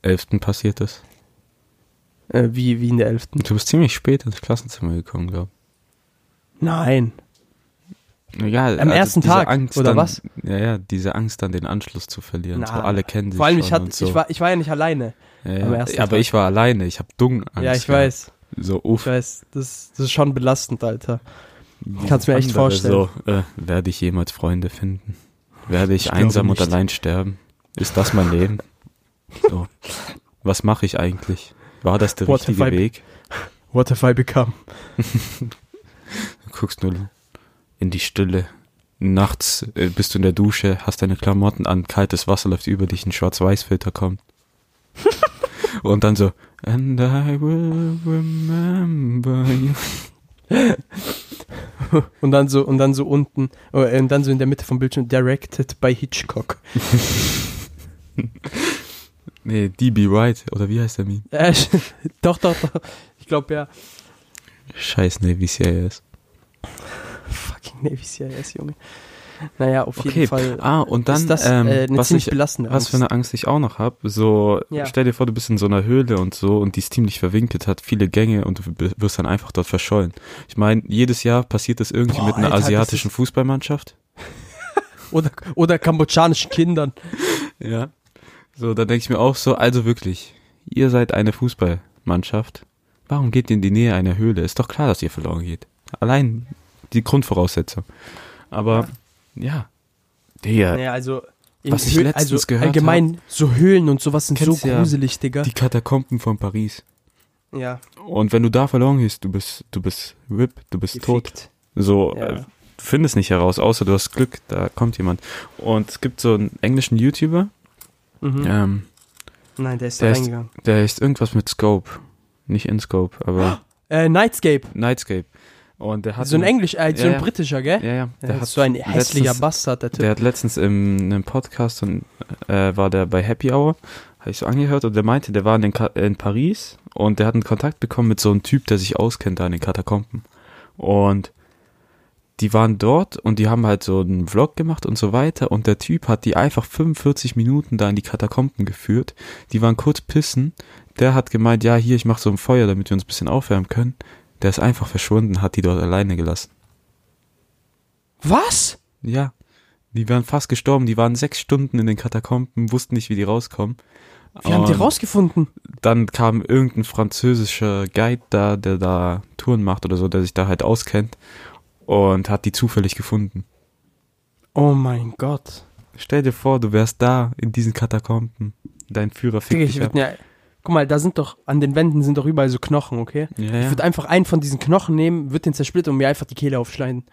Speaker 3: 11. passiert ist.
Speaker 1: Äh, wie, wie in der Elften.
Speaker 3: Du bist ziemlich spät ins Klassenzimmer gekommen, glaube
Speaker 1: Nein.
Speaker 3: ich. Egal. also
Speaker 1: Am ersten
Speaker 3: diese
Speaker 1: Tag,
Speaker 3: Angst
Speaker 1: oder
Speaker 3: dann,
Speaker 1: was?
Speaker 3: Ja, ja, diese Angst dann den Anschluss zu verlieren. so,
Speaker 1: Na,
Speaker 3: alle kennen sich
Speaker 1: Vor allem, ich,
Speaker 3: schon
Speaker 1: hat,
Speaker 3: und so.
Speaker 1: ich, war, ich war ja nicht alleine.
Speaker 3: ja, ja.
Speaker 1: am ersten
Speaker 3: Aber
Speaker 1: Tag.
Speaker 3: ich war alleine, ich habe Dungenangst.
Speaker 1: ja, ich
Speaker 3: gehabt.
Speaker 1: weiß.
Speaker 3: So,
Speaker 1: Ich
Speaker 3: uff.
Speaker 1: weiß. Das, das ist schon belastend, Alter. kann's mir echt
Speaker 3: andere,
Speaker 1: vorstellen.
Speaker 3: So, äh, werde ich jemals Freunde finden? Werde ich,
Speaker 1: Ich glaube
Speaker 3: einsam und
Speaker 1: nicht.
Speaker 3: allein sterben? Ist das
Speaker 1: <laughs>
Speaker 3: mein Leben? so. Was mache ich eigentlich? War das der
Speaker 1: What
Speaker 3: richtige
Speaker 1: have I-
Speaker 3: Weg?
Speaker 1: What have I become?
Speaker 3: Du guckst nur in die Stille. Nachts äh, bist du in der Dusche, hast deine Klamotten an, kaltes Wasser läuft über dich, ein Schwarz-Weiß-Filter
Speaker 1: <laughs>
Speaker 3: kommt. Und dann so, and I will remember you.
Speaker 1: Und dann so, und dann so unten, äh, und dann so in der Mitte vom Bildschirm, directed by Hitchcock.
Speaker 3: Nee, DB Wright, oder wie heißt der Meme?
Speaker 1: Äh, <laughs> doch, doch, doch. Ich glaube ja.
Speaker 3: Scheiß Navy CIS.
Speaker 1: Fucking Navy CIS, Junge. Naja, auf jeden
Speaker 3: Okay,
Speaker 1: Fall
Speaker 3: ah, und dann,
Speaker 1: ist das
Speaker 3: ähm,
Speaker 1: äh, eine
Speaker 3: was,
Speaker 1: ziemlich
Speaker 3: ich,
Speaker 1: belastende
Speaker 3: was für eine Angst ich auch noch habe, so,
Speaker 1: Ja.
Speaker 3: stell dir vor, du bist in so einer Höhle und so und die ist ziemlich verwinkelt, hat viele Gänge und du b- wirst dann einfach dort verschollen. Ich meine, jedes Jahr passiert das irgendwie
Speaker 1: Boah,
Speaker 3: mit einer
Speaker 1: Alter, das
Speaker 3: asiatischen Fußballmannschaft.
Speaker 1: Angst. Oder, oder kambodschanischen Kindern.
Speaker 3: Ja. So, da denke ich mir auch so, also wirklich, Ihr seid eine Fußballmannschaft. Warum geht ihr in die Nähe einer Höhle? Ist doch klar, dass ihr verloren geht. Allein die Grundvoraussetzung. Aber ja. Digga,
Speaker 1: Naja, also. in
Speaker 3: Was ich
Speaker 1: Höhlen-
Speaker 3: letztens
Speaker 1: also
Speaker 3: gehört
Speaker 1: Allgemein, so Höhlen und sowas sind so
Speaker 3: Kennst ja
Speaker 1: gruselig, Digga.
Speaker 3: die Katakomben von Paris.
Speaker 1: ja,
Speaker 3: Und wenn du da verloren gehst, du bist, du bist RIP, du bist tot.
Speaker 1: gefickt.
Speaker 3: So,
Speaker 1: Ja.
Speaker 3: äh, du findest nicht heraus, außer du hast Glück, da kommt jemand. Und es gibt so einen englischen YouTuber,
Speaker 1: Mhm.
Speaker 3: ähm,
Speaker 1: Nein, der ist
Speaker 3: Der
Speaker 1: da
Speaker 3: ist-
Speaker 1: reingegangen.
Speaker 3: der heißt irgendwas mit Scope. Nicht InScope,
Speaker 1: <gasps>
Speaker 3: aber
Speaker 1: Äh, Nightscape.
Speaker 3: Nightscape. Und der hat
Speaker 1: So ein Englisch, äh, so
Speaker 3: Ja,
Speaker 1: ein
Speaker 3: ja.
Speaker 1: britischer, gell?
Speaker 3: Ja, ja. Der
Speaker 1: Der
Speaker 3: hat
Speaker 1: ist so ein hässlicher
Speaker 3: letztens-
Speaker 1: Bastard, der Typ.
Speaker 3: Der hat letztens in einem Podcast und äh, war der bei Happy Hour, habe ich so angehört, und der meinte, der war in, den Ka in Paris und der hat einen Kontakt bekommen mit so einem Typ, der sich auskennt da in den Katakomben. Und die waren dort und die haben halt so einen Vlog gemacht und so weiter und der Typ hat die einfach 45 Minuten da in die Katakomben geführt. Die waren kurz pissen. Der hat gemeint, ja, hier, ich mache so ein Feuer, damit wir uns ein bisschen aufwärmen können. Der ist einfach verschwunden, hat die dort alleine gelassen.
Speaker 1: Was?
Speaker 3: Ja. Die wären fast gestorben. Die waren sechs Stunden in den Katakomben, wussten nicht, wie die rauskommen.
Speaker 1: Wie haben die
Speaker 3: Und
Speaker 1: rausgefunden?
Speaker 3: Dann kam irgendein französischer Guide da, der da Touren macht oder so, der sich da halt auskennt und hat die zufällig gefunden.
Speaker 1: Oh mein Gott.
Speaker 3: Stell dir vor, du wärst da in diesen Katakomben. Dein Führer
Speaker 1: Digga,
Speaker 3: fickt
Speaker 1: ich
Speaker 3: dich ab.
Speaker 1: würde ja. Guck mal, da sind doch, an den Wänden sind doch überall so Knochen, okay?
Speaker 3: Ja,
Speaker 1: Ich
Speaker 3: ja.
Speaker 1: würde einfach einen von diesen Knochen nehmen, würde den zersplittern und mir einfach die Kehle aufschneiden.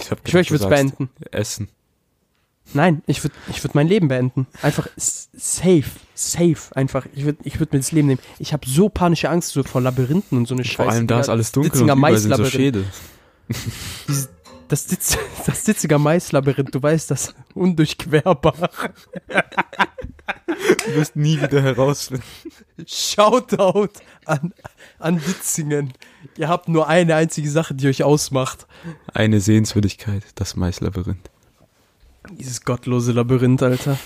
Speaker 3: Ich, hab
Speaker 1: Ich schwör,
Speaker 3: gedacht,
Speaker 1: ich würde
Speaker 3: Genau, du
Speaker 1: es
Speaker 3: sagst
Speaker 1: beenden.
Speaker 3: Essen.
Speaker 1: Nein, ich würde ich würd mein Leben beenden. Einfach s- safe, safe einfach. Ich würde ich würd mir das Leben nehmen. Ich habe so panische Angst so vor Labyrinthen und so eine Scheiße.
Speaker 3: Vor allem da
Speaker 1: Digga.
Speaker 3: ist alles dunkel und
Speaker 1: Ditzinger
Speaker 3: überall sind so
Speaker 1: Maislabyrinth.
Speaker 3: Schädel.
Speaker 1: Dieses- Das, Ditz, <laughs> das Ditziger Maislabyrinth, du weißt das, <laughs> undurchquerbar.
Speaker 3: Du wirst nie wieder herausfinden.
Speaker 1: Shoutout an, an Ditzingen. Ihr habt nur eine einzige Sache, die euch ausmacht.
Speaker 3: Eine Sehenswürdigkeit, das Maislabyrinth.
Speaker 1: Dieses gottlose Labyrinth, Alter.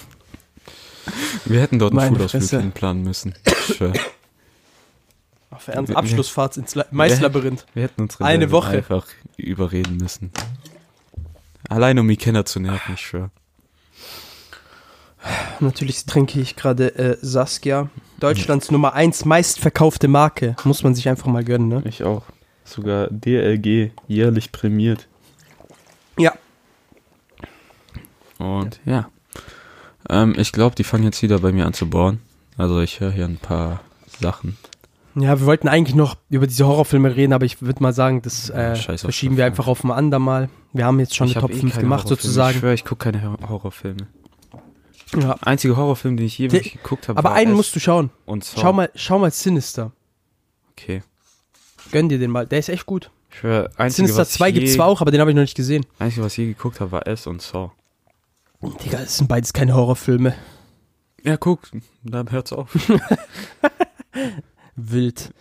Speaker 3: Wir hätten dort einen
Speaker 1: Meine
Speaker 3: Schulausflug
Speaker 1: Fresse.
Speaker 3: hinplanen müssen. Ich schwör.
Speaker 1: Auf
Speaker 3: Äh,
Speaker 1: Ernst, Abschlussfahrt ins La Maislabyrinth.
Speaker 3: Wir hätten unsere
Speaker 1: Eine
Speaker 3: Lehrerin
Speaker 1: Woche.
Speaker 3: einfach überreden müssen. Allein um die Kenner zu nerven, ich schwör.
Speaker 1: Natürlich trinke ich gerade äh, Saskia. Deutschlands Nummer 1 meistverkaufte Marke. Muss man sich einfach mal gönnen, ne?
Speaker 3: Ich auch. Sogar DLG jährlich prämiert.
Speaker 1: Ja.
Speaker 3: Und ja. Ähm, ich glaube, die fangen jetzt wieder bei mir an zu bohren. Also ich höre hier ein paar Sachen.
Speaker 1: Ja, wir wollten eigentlich noch über diese Horrorfilme reden, aber ich würde mal sagen, das
Speaker 3: Ja,
Speaker 1: äh,
Speaker 3: scheiß auf
Speaker 1: verschieben wir
Speaker 3: Horrorfilme.
Speaker 1: einfach auf ein andermal. Wir haben jetzt schon
Speaker 3: ich
Speaker 1: eine
Speaker 3: hab
Speaker 1: Top
Speaker 3: eh
Speaker 1: 5
Speaker 3: keine
Speaker 1: gemacht,
Speaker 3: Horrorfilme. Ich
Speaker 1: sozusagen.
Speaker 3: schwör, ich gucke keine Hor- Horrorfilme.
Speaker 1: Ja.
Speaker 3: Einziger Horrorfilm, den ich je
Speaker 1: Die-
Speaker 3: wirklich geguckt habe,
Speaker 1: Aber
Speaker 3: war
Speaker 1: einen
Speaker 3: S
Speaker 1: musst du schauen.
Speaker 3: und Saw.
Speaker 1: Schau mal, schau mal Sinister.
Speaker 3: Okay.
Speaker 1: Gönn dir den mal. Der ist echt gut.
Speaker 3: Ich schwör, einzige,
Speaker 1: Sinister
Speaker 3: was
Speaker 1: 2
Speaker 3: ich
Speaker 1: gibt es
Speaker 3: je,
Speaker 1: zwar auch, aber den habe ich noch nicht gesehen.
Speaker 3: Einzige, was ich je geguckt habe, war S und Saw.
Speaker 1: Digga, das sind beides keine Horrorfilme.
Speaker 3: Ja, guck, dann hört's auf.
Speaker 1: Wild.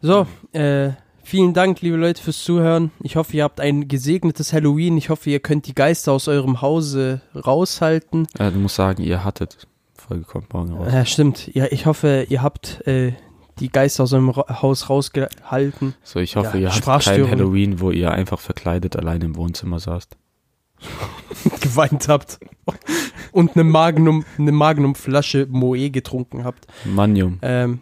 Speaker 1: So, äh, vielen Dank, liebe Leute, fürs Zuhören. Ich hoffe, ihr habt ein gesegnetes Halloween. Ich hoffe, ihr könnt die Geister aus eurem Hause raushalten.
Speaker 3: Äh, du musst sagen, ihr hattet. Folge kommt morgen raus.
Speaker 1: Ja, stimmt. Ja, ich hoffe, ihr habt äh, die Geister aus eurem Ra Haus rausgehalten. <laughs>
Speaker 3: So, ich hoffe,
Speaker 1: ja,
Speaker 3: ihr hattet kein
Speaker 1: Sprachstörung.
Speaker 3: Halloween, wo ihr einfach verkleidet allein im Wohnzimmer saßt.
Speaker 1: Geweint habt. Und eine Magnum, eine Magnum-Flasche Moe getrunken habt.
Speaker 3: Manium.
Speaker 1: Ähm,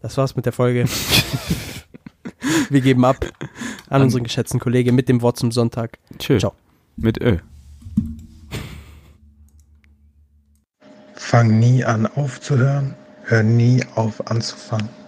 Speaker 1: das war's mit der Folge. Wir geben ab an unseren geschätzten Kollegen mit dem Wort zum Sonntag.
Speaker 3: Tschö.
Speaker 1: ciao.
Speaker 3: Mit Ö.
Speaker 4: Fang nie an aufzuhören, hör nie auf anzufangen.